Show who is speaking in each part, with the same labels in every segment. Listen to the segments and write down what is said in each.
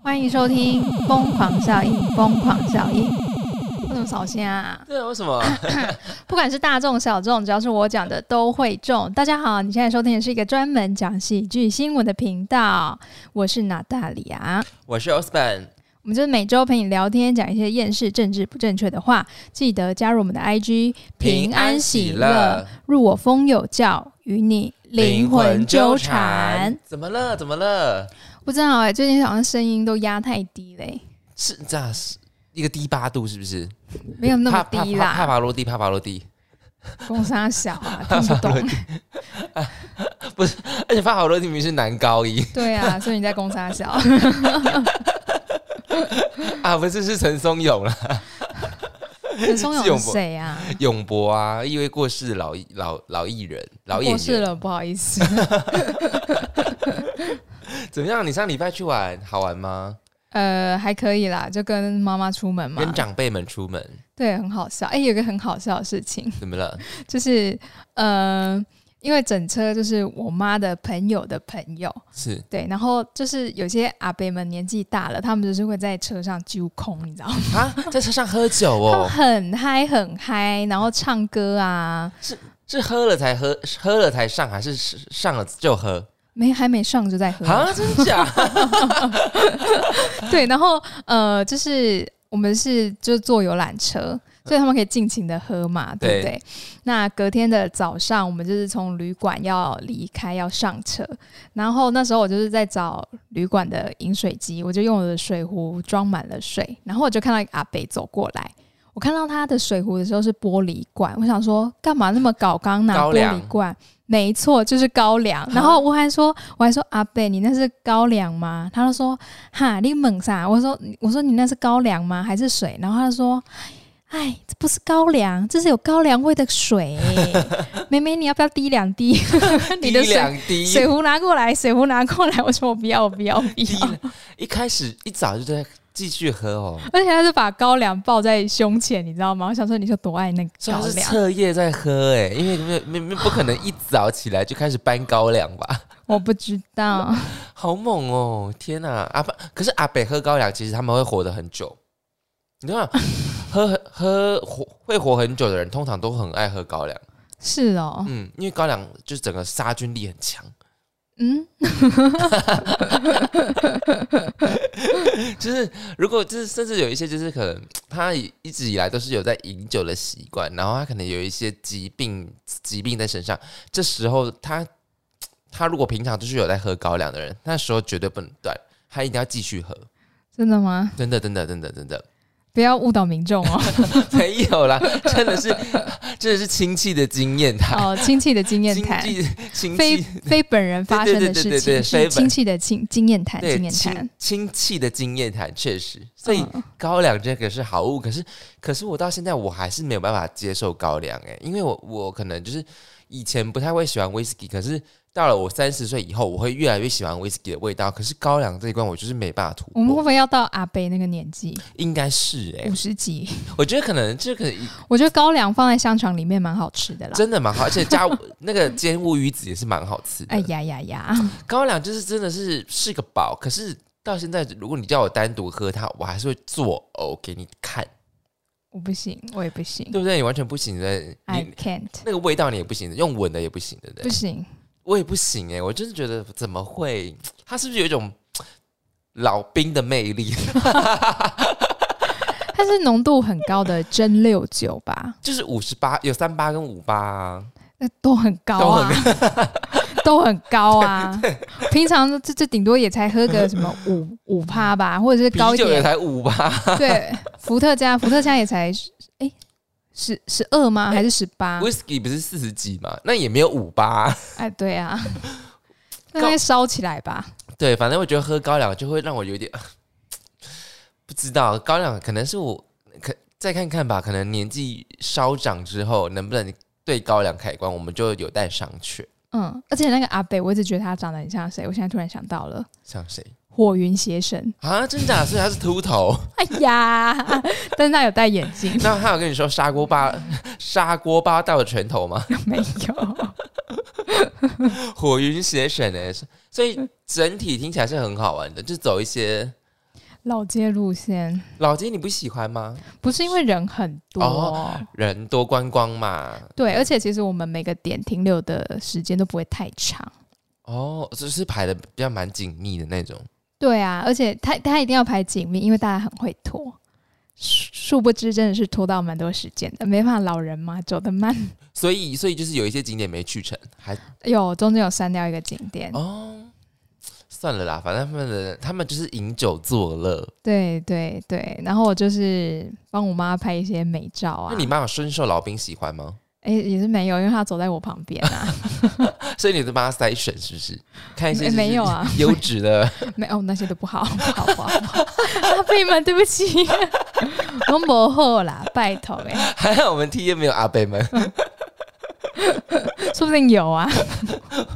Speaker 1: 欢迎收听《疯狂效应》，疯狂效应。为什么扫兴啊？
Speaker 2: 对啊，为什么？
Speaker 1: 不管是大众小众，只要是我讲的都会中。大家好，你现在收听的是一个专门讲喜剧新闻的频道，我是娜大里啊。
Speaker 2: 我是 Osman，
Speaker 1: 我们就是每周陪你聊天，讲一些厌世、政治不正确的话。记得加入我们的 IG，
Speaker 2: 平安喜乐，
Speaker 1: 入我风有教，与你灵魂纠缠。。
Speaker 2: 怎么了？怎么了？
Speaker 1: 不知道哎、最近好像声音都压太低嘞、
Speaker 2: 是这样，是一个低八度，是不是？
Speaker 1: 没有那么
Speaker 2: 帕帕
Speaker 1: 低
Speaker 2: 帕帕
Speaker 1: 啦，
Speaker 2: 帕罗蒂，帕帕罗蒂。
Speaker 1: 公沙小 啊，听不懂。
Speaker 2: 而且帕帕罗蒂明明是男高音
Speaker 1: 对啊，所以你在公沙小。
Speaker 2: 啊，不是是陈松勇啊啦，
Speaker 1: 陈松勇
Speaker 2: 是永
Speaker 1: 是
Speaker 2: 博
Speaker 1: 谁啊？
Speaker 2: 永博啊，一位过世的老老老艺人、老演
Speaker 1: 过世
Speaker 2: 员。
Speaker 1: 了，不好意思。
Speaker 2: 怎么样？你上礼拜去玩好玩吗？
Speaker 1: 呃，还可以啦，就跟妈妈出门嘛
Speaker 2: 跟，长辈们出门
Speaker 1: 对，很好笑。哎、有一个很好笑的事情，
Speaker 2: 怎么了？
Speaker 1: 就是呃，因为整车就是我妈的朋友的朋友，
Speaker 2: 是
Speaker 1: 对，然后就是有些阿伯们年纪大了，他们就是会在车上揪空，你知道吗？
Speaker 2: 啊，在车上喝酒
Speaker 1: 他们
Speaker 2: 哦，
Speaker 1: 很嗨很嗨，然后唱歌啊，
Speaker 2: 是喝了才喝，喝了才上，还是上了就喝？
Speaker 1: 没还没上就在喝，
Speaker 2: 啊，真的假？
Speaker 1: 对，然后呃，就是我们是就坐游览车，所以他们可以尽情的喝嘛，对不对？
Speaker 2: 嗯对
Speaker 1: 那隔天的早上，我们就是从旅馆要离开，要上车，然后那时候我就是在找旅馆的饮水机，我就用我的水壶装满了水，然后我就看到一个阿北走过来。我看到他的水壶的时候是玻璃罐，我想说干嘛那么搞刚拿
Speaker 2: 高
Speaker 1: 玻
Speaker 2: 粱
Speaker 1: 璃罐？没错，就是高粱。然后我还说，我还说阿北，你那是高粱吗？他就说哈，你猛啥？我说我说你那是高粱吗？还是水？然后他就说，哎，这不是高粱，这是有高粱味的 水。妹妹，你要不要滴两滴？ 你的
Speaker 2: 滴
Speaker 1: 水
Speaker 2: 两滴，
Speaker 1: 水壶拿过来，水壶拿过来。我说我不要，我不要，我不
Speaker 2: 滴
Speaker 1: 要。
Speaker 2: 了一开始一早就在继续喝哦，
Speaker 1: 而且他是把高粱抱在胸前，你知道吗？我想说，你就多爱那个
Speaker 2: 所以
Speaker 1: 高
Speaker 2: 他是
Speaker 1: 粱，
Speaker 2: 彻夜在喝哎，因为没没没不可能一早起来就开始搬高粱吧，
Speaker 1: 我不知道。
Speaker 2: 好猛哦！天哪、阿爸，可是阿北喝高粱，其实他们会活得很久。你知道吗， 喝喝活会活很久的人，通常都很爱喝高粱。
Speaker 1: 是哦，
Speaker 2: 嗯，因为高粱就是整个杀菌力很强，
Speaker 1: 嗯，
Speaker 2: 就是如果就是甚至有一些就是可能他一直以来都是有在饮酒的习惯，然后他可能有一些疾病疾病在身上，这时候他他如果平常就是有在喝高粱的人，那时候绝对不能断，他一定要继续喝，
Speaker 1: 真的吗？
Speaker 2: 真的真的真的真的
Speaker 1: 不要误导民众哦。
Speaker 2: 没有啦，真的是 真的是亲戚的经验 谈，
Speaker 1: 哦，亲戚的经验
Speaker 2: 亲
Speaker 1: 谈，
Speaker 2: 戚亲
Speaker 1: 非
Speaker 2: 戚
Speaker 1: 非本人发生的
Speaker 2: 对对
Speaker 1: 事
Speaker 2: 对对对
Speaker 1: 情，
Speaker 2: 对
Speaker 1: 是
Speaker 2: 非本
Speaker 1: 亲戚的经经验谈，
Speaker 2: 对
Speaker 1: 经验谈
Speaker 2: 亲。亲戚的经验谈确实，所以
Speaker 1: 嗯
Speaker 2: 高粱这个是好物，可是可是我到现在我还是没有办法接受高粱哎、因为我我可能就是以前不太会喜欢 whisky，可是到了我三十岁以后，我会越来越喜欢 whisky 的味道，可是高粱这一关我就是没办法突
Speaker 1: 我们会不
Speaker 2: 破，
Speaker 1: 会要到阿贝那个年纪，
Speaker 2: 应该是哎、
Speaker 1: 五十几？
Speaker 2: 我觉得可能这个
Speaker 1: 我觉得高粱放在香肠里面蛮好吃的啦。
Speaker 2: 真的 蛮好，而且加那个煎乌鱼子也是蛮好吃的。
Speaker 1: 哎呀呀呀！
Speaker 2: 高粱就是真的是是个宝，可是到现在如果你叫我单独喝它，我还是会作呕给你看。
Speaker 1: 我不行，我也不行
Speaker 2: 对不对？你完全不行的，
Speaker 1: ，I
Speaker 2: 你
Speaker 1: can't，
Speaker 2: 那个味道你也不行，用闻的也不行，对不
Speaker 1: 不
Speaker 2: 对？
Speaker 1: 行。
Speaker 2: 我也不行哎、我真的觉得怎么会？它是不是有一种老兵的魅力？
Speaker 1: 它是浓度很高的蒸馏酒吧？
Speaker 2: 就是五十八有三八跟五八、啊，
Speaker 1: 那都很高啊， 都很高 啊。平常这这顶多也才喝个什么五五趴吧，或者是
Speaker 2: 啤
Speaker 1: 高一
Speaker 2: 酒也
Speaker 1: 点。啊
Speaker 2: 才五八
Speaker 1: 对，伏特加，伏特加也才哎十十二吗？还是十八？
Speaker 2: ，whisky 不是四十几嘛？那也没有五八、
Speaker 1: 哎，对 啊，那
Speaker 2: 高
Speaker 1: 该烧起来吧。
Speaker 2: 对，反正我觉得喝高粱就会让我有点 不知道，高粱可能是我可再看看吧，可能年纪稍长之后，能不能对高粱开关，我们就有待商榷。
Speaker 1: 嗯，而且那个阿北，我一直觉得他长得很像谁，我现在突然想到了
Speaker 2: 像谁？
Speaker 1: 火云邪神。
Speaker 2: 啊，真假？所以他是秃头。
Speaker 1: 哎呀， 但是他有戴眼镜，
Speaker 2: 那他有跟你说砂锅巴 砂锅巴道的拳头吗？
Speaker 1: 没有。
Speaker 2: 欸火云邪神哎、所以整体听起来是很好玩的，就走一些
Speaker 1: 老街路线，
Speaker 2: 老街你不喜欢吗？
Speaker 1: 不是因为人很多，
Speaker 2: 哦人多观光嘛。
Speaker 1: 对，而且其实我们每个点停留的时间都不会太长。
Speaker 2: 哦，就是排的比较蛮紧密的那种。
Speaker 1: 对啊，而且他他一定要排紧密，因为大家很会拖。殊殊不知真的是拖到蛮多时间的，没办法，老人嘛，走得慢。
Speaker 2: 所以，所以就是有一些景点没去成，还
Speaker 1: 有中间有删掉一个景点，
Speaker 2: 哦，算了啦，反正他们的他们就是饮酒作乐。
Speaker 1: 对对对。然后我就是帮我妈拍一些美照啊
Speaker 2: 那，你妈有深受老兵喜欢吗？
Speaker 1: 哎、也是没有，因为她走在我旁边啊，
Speaker 2: 所以你都帮他筛选是不是？看一些就是
Speaker 1: 没没有啊
Speaker 2: 优质的。
Speaker 1: 没哦那些都不好，不好不好不好， 阿贝们对不起， 都不好啦，拜托哎、
Speaker 2: 还好我们 T A 没有阿北们，
Speaker 1: 说不定有啊，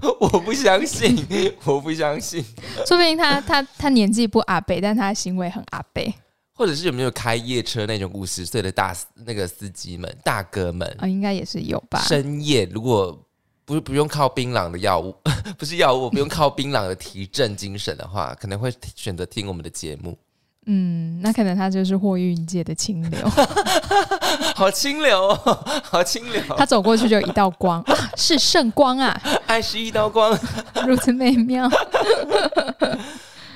Speaker 2: 我不相信， 我不相信。
Speaker 1: 说不定他他他年纪不阿贝，但他行为很阿贝
Speaker 2: 或者是有没有开夜车那种五十岁的大司那个司机们、大哥们
Speaker 1: 啊、，应该也是有吧。
Speaker 2: 深夜如果不不用靠槟榔的药物， 不是药物，不用靠槟榔的提振精神的话，可能会选择听我们的节目，
Speaker 1: 嗯，那可能他就是货运界的清 流，
Speaker 2: 好清流、哦， 好清流，
Speaker 1: 他走过去就一道光啊，是圣光啊，
Speaker 2: 爱是一刀光。
Speaker 1: 如此美妙。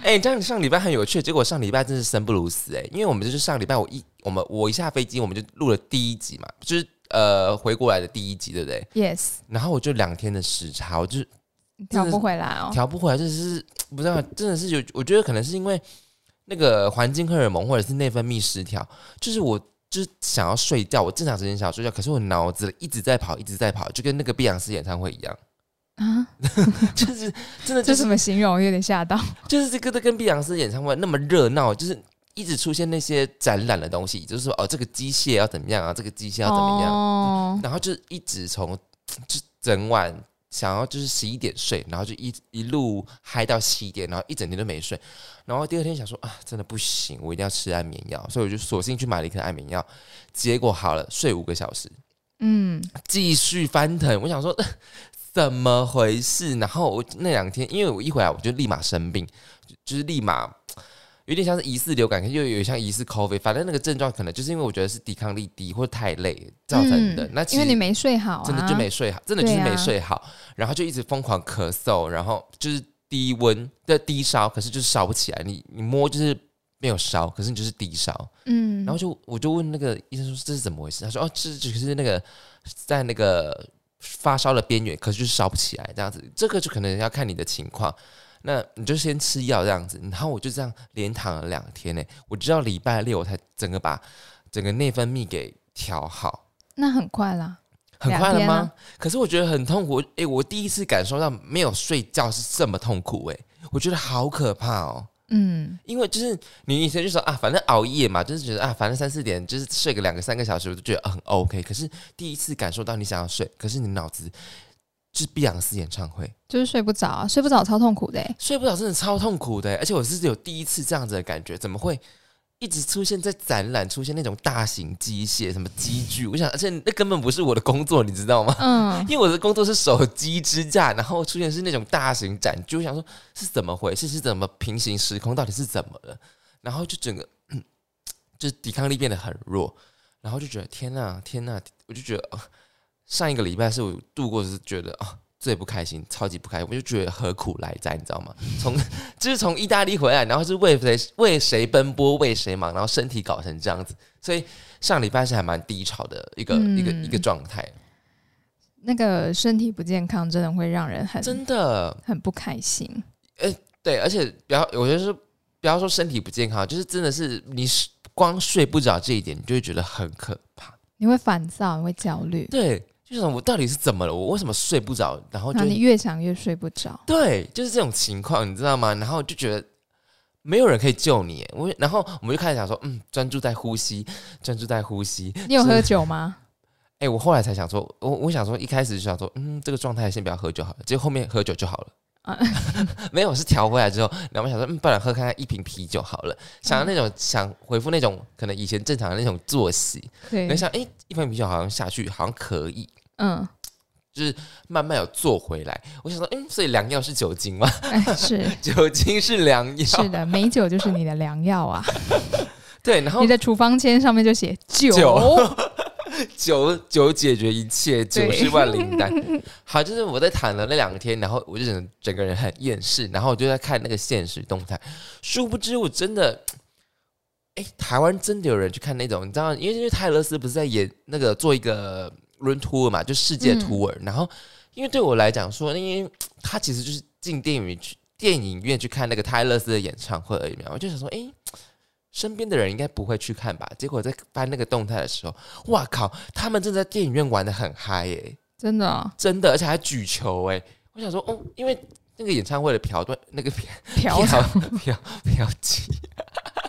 Speaker 2: 哎、这样上礼拜很有趣，结果上礼拜真是生不如死哎、因为我们就是上礼拜我一我们我一下飞机我们就录了第一集嘛，就是呃回过来的第一集，对不对？
Speaker 1: Yes，
Speaker 2: 然后我就两天的时差，我就是
Speaker 1: 调不回来哦。
Speaker 2: 调不回来，就是不知道，真的是有，我觉得可能是因为那个环境荷尔蒙或者是内分泌失调，就是我就是想要睡觉，我正常时间想要睡觉，可是我脑子一直在跑，一直在跑，就跟那个碧昂斯演唱会一样，
Speaker 1: 啊，
Speaker 2: 就是真
Speaker 1: 这
Speaker 2: 的就
Speaker 1: 怎
Speaker 2: 是
Speaker 1: 么形容？有点吓到。
Speaker 2: 就是这个跟碧昂斯演唱会那么热闹，就是。一直出现那些展览的东西，就是说哦，这个机械要怎么样啊，这个机械要怎么样，
Speaker 1: 哦，
Speaker 2: 然后就是一直从就整晚想要就是十一点睡，然后就一一路嗨到七点，然后一整天都没睡。然后第二天想说啊，真的不行，我一定要吃安眠药，所以我就索性去买了一颗安眠药。结果好了，睡五个小时，
Speaker 1: 嗯，
Speaker 2: 继续翻腾。我想说。怎么回事？然后我那两天，因为我一回来我就立马生病，就就是立马有点像是疑似流感，又有点像疑似 COVID，反正那个症状可能就是因为我觉得是抵抗力低或太累造成的。
Speaker 1: 嗯
Speaker 2: 那其
Speaker 1: 因为
Speaker 2: 实
Speaker 1: 你没睡好、啊，
Speaker 2: 真的就没睡好，真的就
Speaker 1: 对
Speaker 2: 是没
Speaker 1: 啊
Speaker 2: 睡好，然后就一直疯狂咳嗽，然后就是低温的低烧，可是就是烧不起来，你你摸就是没有烧，可是你就是低烧，
Speaker 1: 嗯，
Speaker 2: 然后就我就问那个医生说这是怎么回事，他说哦，这只是那个在那个发烧的边缘，可是就是烧不起来这样子，这个就可能要看你的情况。那你就先吃药这样子，然后我就这样连躺了两天呢、我直到礼拜六我才整个把整个内分泌给调好，
Speaker 1: 那很快啦。
Speaker 2: 很快
Speaker 1: 两
Speaker 2: 了
Speaker 1: 天
Speaker 2: 吗？
Speaker 1: 啊
Speaker 2: 可是我觉得很痛苦，诶，我第一次感受到没有睡觉是这么痛苦、诶，我觉得好可怕哦。
Speaker 1: 嗯，
Speaker 2: 因为就是你以前就说啊，反正熬夜嘛，就是觉得啊，反正三四点就是睡个两个三个小时，我就觉得、啊很 OK。可是第一次感受到你想要睡，可是你脑子就是碧昂斯演唱会，
Speaker 1: 就是睡不着、啊，睡不着超痛苦的欸、
Speaker 2: 睡不着真的超痛苦的、诶而且我是有第一次这样子的感觉，怎么会？一直出现在展览，出现那种大型机械什么机具，我想，而且那根本不是我的工作，你知道吗？
Speaker 1: 嗯，
Speaker 2: 因为我的工作是手机支架，然后出现是那种大型展具，我想说是怎么回事，是怎么平行时空，到底是怎么了？然后就整个 就是抵抗力变得很弱，然后就觉得天呐、天呐、我就觉得、呃上一个礼拜是我度过，就是觉得啊、最不开心，超级不开心，我就觉得何苦来哉，你知道吗？从 就是从意大利回来，然后是为谁为谁奔波，为谁忙，然后身体搞成这样子，所以上礼拜是还蛮低潮的一个、一个
Speaker 1: 嗯
Speaker 2: 一个状态，
Speaker 1: 那个身体不健康真的会让人很
Speaker 2: 真的。
Speaker 1: 很不开心。
Speaker 2: 对，而且不要，我觉得是不要说身体不健康，就是真的是你是光睡不着这一点，你就会觉得很可怕。
Speaker 1: 你会烦躁，你会焦虑，
Speaker 2: 对，就是我到底是怎么了？我为什么睡不着？然后
Speaker 1: 然
Speaker 2: 就
Speaker 1: 后你越想越睡不着。
Speaker 2: 对，就是这种情况，你知道吗？然后就觉得。没有人可以救你，我然后我们就开始想说，嗯，专注在呼吸，专注在呼吸。
Speaker 1: 你有
Speaker 2: 是
Speaker 1: 喝酒吗？
Speaker 2: 哎，我后来才想说，我我想说，一开始就想说，嗯，这个状态先不要喝酒好了，结果后面喝酒就好了。
Speaker 1: 啊
Speaker 2: 没有，是调回来之后，然后我想说，嗯，不然喝看看一瓶啤酒好了，想要那
Speaker 1: 嗯
Speaker 2: 种、想回复那种可能以前正常的那种作息，
Speaker 1: 对
Speaker 2: 没，想哎，一瓶啤酒好像下去好像可以，
Speaker 1: 嗯，
Speaker 2: 就是慢慢有做回来。我想说，嗯，所以良药是酒精吗？
Speaker 1: 哎，是
Speaker 2: 酒精是良药，
Speaker 1: 是的，美酒就是你的良药啊！
Speaker 2: 对。 然后
Speaker 1: 你的处方签上面就写酒，
Speaker 2: 酒酒酒解决一切，
Speaker 1: 对
Speaker 2: 酒是万灵丹。好，就是我在躺了那两天，然后我就整整个人很厌世，然后我就在看那个现实动态，殊不知我真的。哎，台湾真的有人去看那种，你知道，因为因为泰勒斯不是在演那个做一个轮 tour 嘛，就世界 tour、然后，因为对我来讲说，因为他其实就是进电影院去电影院去看那个泰勒斯的演唱会而已嘛，我就想说，哎，身边的人应该不会去看吧？结果在翻那个动态的时候，哇靠，他们正在电影院玩的很嗨耶、
Speaker 1: 真的哦
Speaker 2: 真的，而且还举球哎、我想说，哦，因为那个演唱会的片段，那个片
Speaker 1: 嫖
Speaker 2: 票 票票记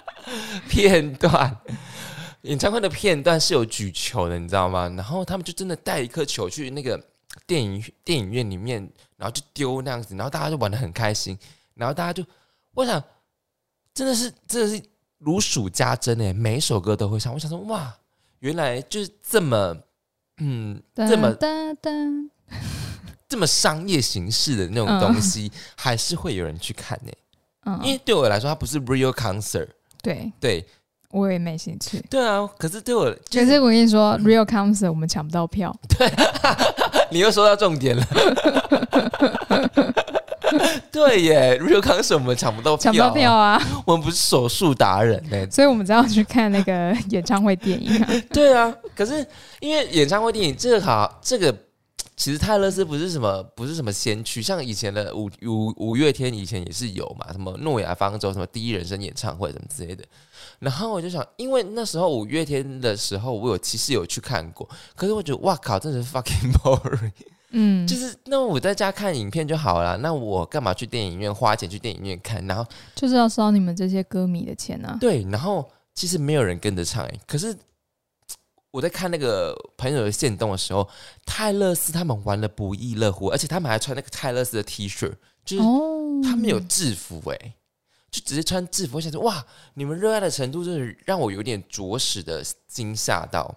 Speaker 2: 片段，演唱会的片段是有举球的，你知道吗？然后他们就真的带一颗球去那个电影电影院里面，然后就丢那样子，然后大家就玩的很开心，然后大家就，我想真的是真的是如数家珍哎，每一首歌都会唱。我想说，哇，原来就是这么。嗯，这么
Speaker 1: 噔噔，
Speaker 2: 这么商业形式的那种东西，还是会有人去看呢、
Speaker 1: 嗯，
Speaker 2: 因为对我来说，它不是 real concert。
Speaker 1: 对
Speaker 2: 对
Speaker 1: 我也没兴趣。
Speaker 2: 对啊，可是啊对我，
Speaker 1: 可是我跟你说，Real Concert 我们抢不到票，
Speaker 2: 你又说到重 点了。对耶，real concert 我们抢不到票，
Speaker 1: 抢不到票，啊，
Speaker 2: 我们不是手术达人呢、
Speaker 1: 所以我们只好去看那个演唱会电 影啊。
Speaker 2: 对啊，可是因为演唱会电影这个好，这个其实泰勒斯不是什么不是什么先驱，像以前的五五五月天以前也是有嘛，什么诺亚方舟，什么第一人生演唱会什么之类的。然后我就想，因为那时候五月天的时候，我有其实有去看过，可是我觉得哇靠，真的是 fucking boring。
Speaker 1: 嗯，
Speaker 2: 就是那我在家看影片就好了，那我干嘛去电影院花钱去电影院看？然后
Speaker 1: 就是要收你们这些歌迷的钱啊。
Speaker 2: 对，然后其实没有人跟着唱、欸，可是我在看那个朋友的线动的时候，泰勒斯他们玩的不亦乐乎，而且他们还穿那个泰勒斯的 T 恤，就是
Speaker 1: 哦，
Speaker 2: 他们有制服、欸，就直接穿制服，我想说哇，你们热爱的程度，就是让我有点着实的惊吓到。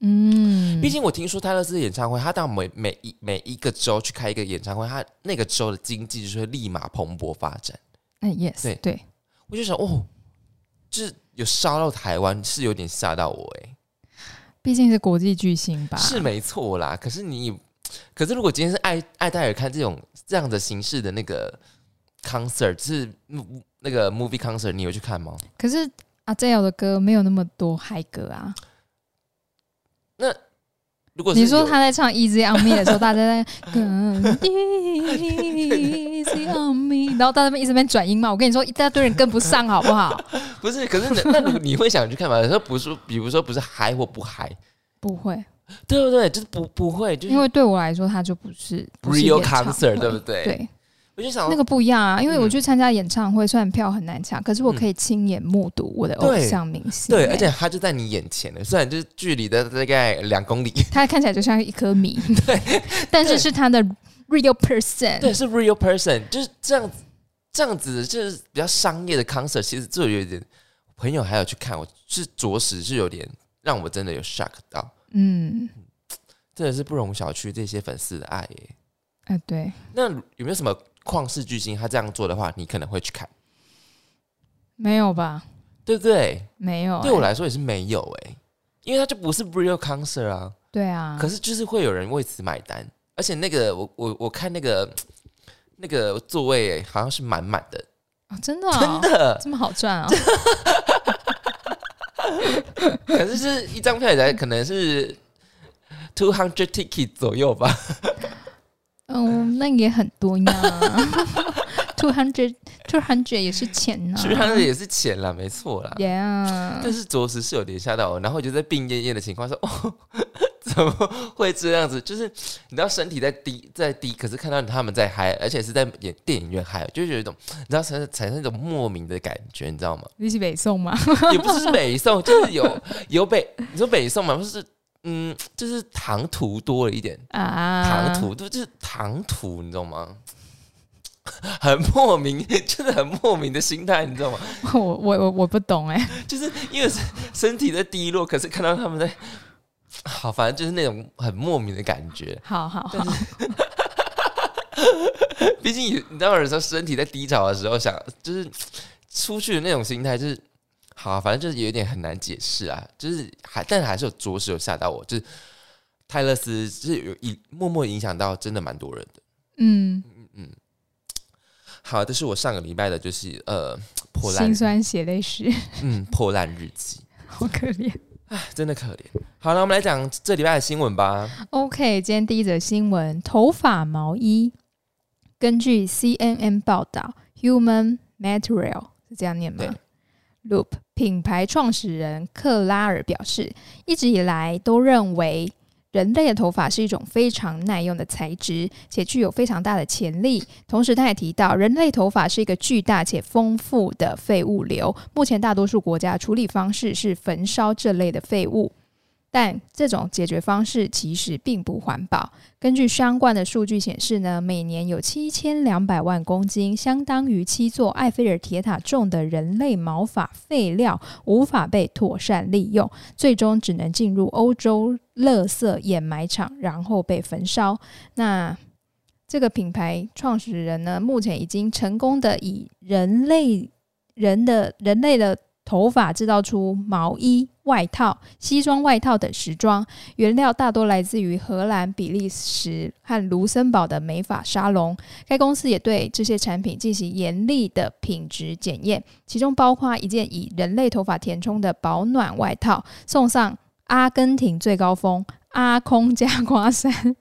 Speaker 1: 嗯，
Speaker 2: 毕竟我听说泰勒斯的演唱会，他到每每一每一个州去开一个演唱会，他那个州的经济就是会立马蓬勃发展。
Speaker 1: 哎，yes，
Speaker 2: 对
Speaker 1: 对
Speaker 2: 我就想，哦，就是有杀到台湾，是有点吓到我哎、
Speaker 1: 毕竟是国际巨星吧。
Speaker 2: 是没错啦。可是你，可是如果今天是爱爱戴尔看这种这样的形式的那个 concert，是嗯那个 movie concert，你有去看吗？
Speaker 1: 可是阿 j l 的歌没有那么多嗨歌啊。
Speaker 2: 如果是
Speaker 1: 你说
Speaker 2: 有
Speaker 1: 他在唱 Easy on Me 的时候，大家 在跟 Easy on Me，然后大家在那边一直在那边转音嘛。我跟你说，一大堆人跟不上，好不 好？
Speaker 2: 不是，可是那那如果你会想去看吗？说不是，比如说不是嗨或不嗨，
Speaker 1: 不
Speaker 2: 嗯
Speaker 1: 会，
Speaker 2: 对不对？就是不不会，就是
Speaker 1: 因为对我来说，他就不是不是
Speaker 2: real
Speaker 1: 演唱
Speaker 2: concert，
Speaker 1: 会
Speaker 2: 对不对？
Speaker 1: 对，
Speaker 2: 我就想
Speaker 1: 那个不一样啊，因为
Speaker 2: 嗯
Speaker 1: 我去参加演唱会，虽然票很难抢，可是我可以亲眼目睹我的偶
Speaker 2: 对
Speaker 1: 像明星、
Speaker 2: 对，
Speaker 1: 欸
Speaker 2: 而且他就在你眼前了，虽然就是距离的大概两公 里，
Speaker 1: 他看起来就像一颗 米， 但是是他的 real person，
Speaker 2: 对，是 real person，就是这样子，这样子就是比较商业的 concert，其实就有点，朋友还有去看，我是着实是有点让我真的有 shock 到，
Speaker 1: 嗯，
Speaker 2: 真的是不容小觑这些粉丝的爱耶。
Speaker 1: 啊、对，
Speaker 2: 那有没有什么旷世巨星他这样做的话，你可能会去看，
Speaker 1: 没有吧？
Speaker 2: 对不对？
Speaker 1: 没有欸、
Speaker 2: 对我来说也是没有哎，因为他就不是 real concert 啊，
Speaker 1: 对啊，
Speaker 2: 可是就是会有人为此买单，而且那个我我我看那个那个座位好像是满满的，
Speaker 1: 哦真的、哦、
Speaker 2: 真的。
Speaker 1: 这么好赚啊、
Speaker 2: 可是是一张票也才可能是 two hundred ticket 左右吧，
Speaker 1: 嗯，那也很多呀 ，two hundred two hundred 也是钱呐、
Speaker 2: two hundred 也是啊钱啦，没错啦。但
Speaker 1: Yeah，
Speaker 2: 是着实是有点吓到我，然后我就在病恹恹的情况下，哦， 怎么会这样子？就是你知道身体在低在低，可是看到他们在嗨，而且是在演电影院嗨，就有一种你知道产生产生一种莫名的感觉，你知道吗？
Speaker 1: 你是北宋吗？
Speaker 2: 也不是北宋，就是有有北，你说北宋嘛，就是嗯，就是唐突多了一点，
Speaker 1: 啊，
Speaker 2: 唐突，对，就是唐突，你知道吗？很莫名，就是很莫名的心态，你知道吗？
Speaker 1: 我我我我不懂哎、
Speaker 2: 就是因为身身体在低落，可是看到他们在好，反正就是那种很莫名的感觉。
Speaker 1: 好好好，
Speaker 2: 毕竟你你知道，有时候身体在低潮的时候想，就是出去的那种心态，就是好，反正就是有一点很难解释啊。就是还，但还是有着实有吓到我，就是泰勒斯就是有影默默影响到真的蛮多人的。
Speaker 1: 嗯，
Speaker 2: 好，这是我上个礼拜的，就是呃破烂
Speaker 1: 心，酸血泪史，
Speaker 2: 嗯，破烂日记，
Speaker 1: 好可怜。
Speaker 2: 真的可怜。好了，我们来讲这礼拜的新闻吧。
Speaker 1: OK，今天第一则新闻：头发毛衣。根据 CNN 报道，Human Material 是这样念吗？Loop 品牌创始人克拉尔表示，一直以来都认为人类的头发是一种非常耐用的材质，且具有非常大的潜力。同时，他也提到，人类头发是一个巨大且丰富的废物流。目前，大多数国家处理方式是焚烧这类的废物。但这种解决方式其实并不环保。根据相关的数据显示呢，每年有七千两百万公斤，相当于七座埃菲尔铁塔重的人类毛发废料无法被妥善利用，最终只能进入欧洲垃圾掩埋场，然后被焚烧。那这个品牌创始人呢，目前已经成功的以人类人的人类的头发制造出毛衣、外套、西装外套等时装，原料大多来自于荷兰、比利时和卢森堡的美发沙龙。该公司也对这些产品进行严厉的品质检验，其中包括一件以人类头发填充的保暖外套，送上阿根廷最高峰阿空加瓜山。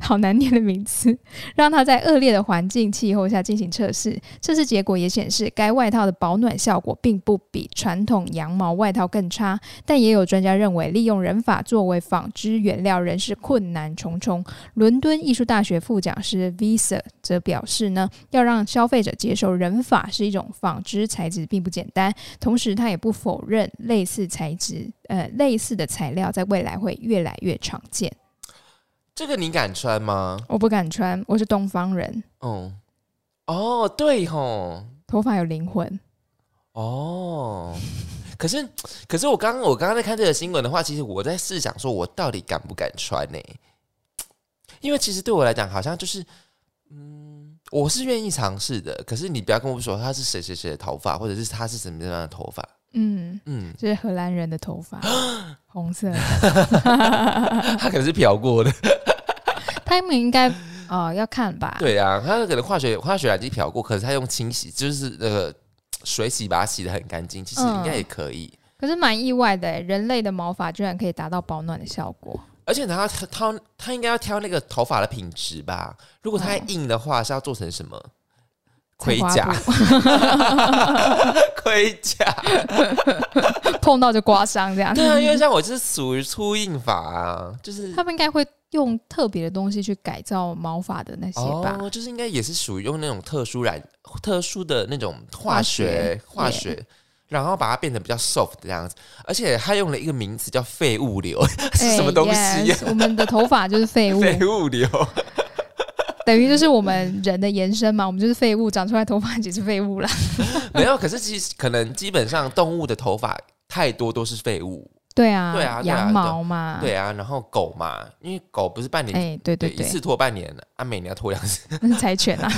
Speaker 1: 好难念的名字，让它在恶劣的环境气候下进行测试。测试结果也显示，该外套的保暖效果并不比传统羊毛外套更差。但也有专家认为，利用人发作为纺织原料仍是困难重重。伦敦艺术大学副讲师 Visa 则表示呢，要让消费者接受人发是一种纺织材质并不简单。同时，他也不否认类似材质，呃，类似的材料在未来会越来越常见。
Speaker 2: 这个你敢穿吗？
Speaker 1: 我不敢穿，我是东方人，
Speaker 2: 嗯，哦，对吼，
Speaker 1: 头发有灵魂。
Speaker 2: 哦，可是可是我刚刚我刚刚在看这个新闻的话，其实我在试想说，我到底敢不敢穿呢、因为其实对我来讲，好像就是，嗯，我是愿意尝试的。可是你不要跟我说他是谁谁谁的头发，或者是他是什么样的头发，
Speaker 1: 嗯，
Speaker 2: 嗯，
Speaker 1: 这是荷兰人的头 发，红色的。
Speaker 2: 他可能是漂过的。
Speaker 1: 他们应该哦要看吧？，
Speaker 2: 对啊，他可能化学化学染剂漂过，可是他用清洗，就是那个水洗把它洗的很干净，其实应该也可以。
Speaker 1: 可是蛮意外的诶，人类的毛发居然可以达到保暖的效果。
Speaker 2: 而且他他他他应该要挑那个头发的品质吧？如果
Speaker 1: 哦
Speaker 2: 太硬的话，是要做成什么？盔甲， 盔甲。
Speaker 1: 碰到就刮伤这样。
Speaker 2: 对啊，因为像我就是属于粗硬发啊，就 是
Speaker 1: 他们应该会用特别的东西去改造毛发的那些吧？
Speaker 2: 哦，就是应该也是属于用那种特殊染、特殊的那种化学
Speaker 1: 化学
Speaker 2: 化学。然后把它变得比较 soft 这样子，而且他用了一个名词叫废物流， 是什么东西呀、
Speaker 1: 哎 yes，我们的头发就是废物，
Speaker 2: 废物流，
Speaker 1: 等于就是我们人的延伸嘛，我们就是废物，长出来头发也是废物啦。
Speaker 2: 没有。可是其实可能基本上动物的头发太多都是废物，
Speaker 1: 对啊，
Speaker 2: 对啊对啊
Speaker 1: 羊毛嘛，
Speaker 2: 对啊，然后狗嘛，因为狗不是半年，
Speaker 1: 哎，对对
Speaker 2: 啊一
Speaker 1: 对，
Speaker 2: 次拖半年，啊，每年要拖 两次。
Speaker 1: 那是柴 犬啊，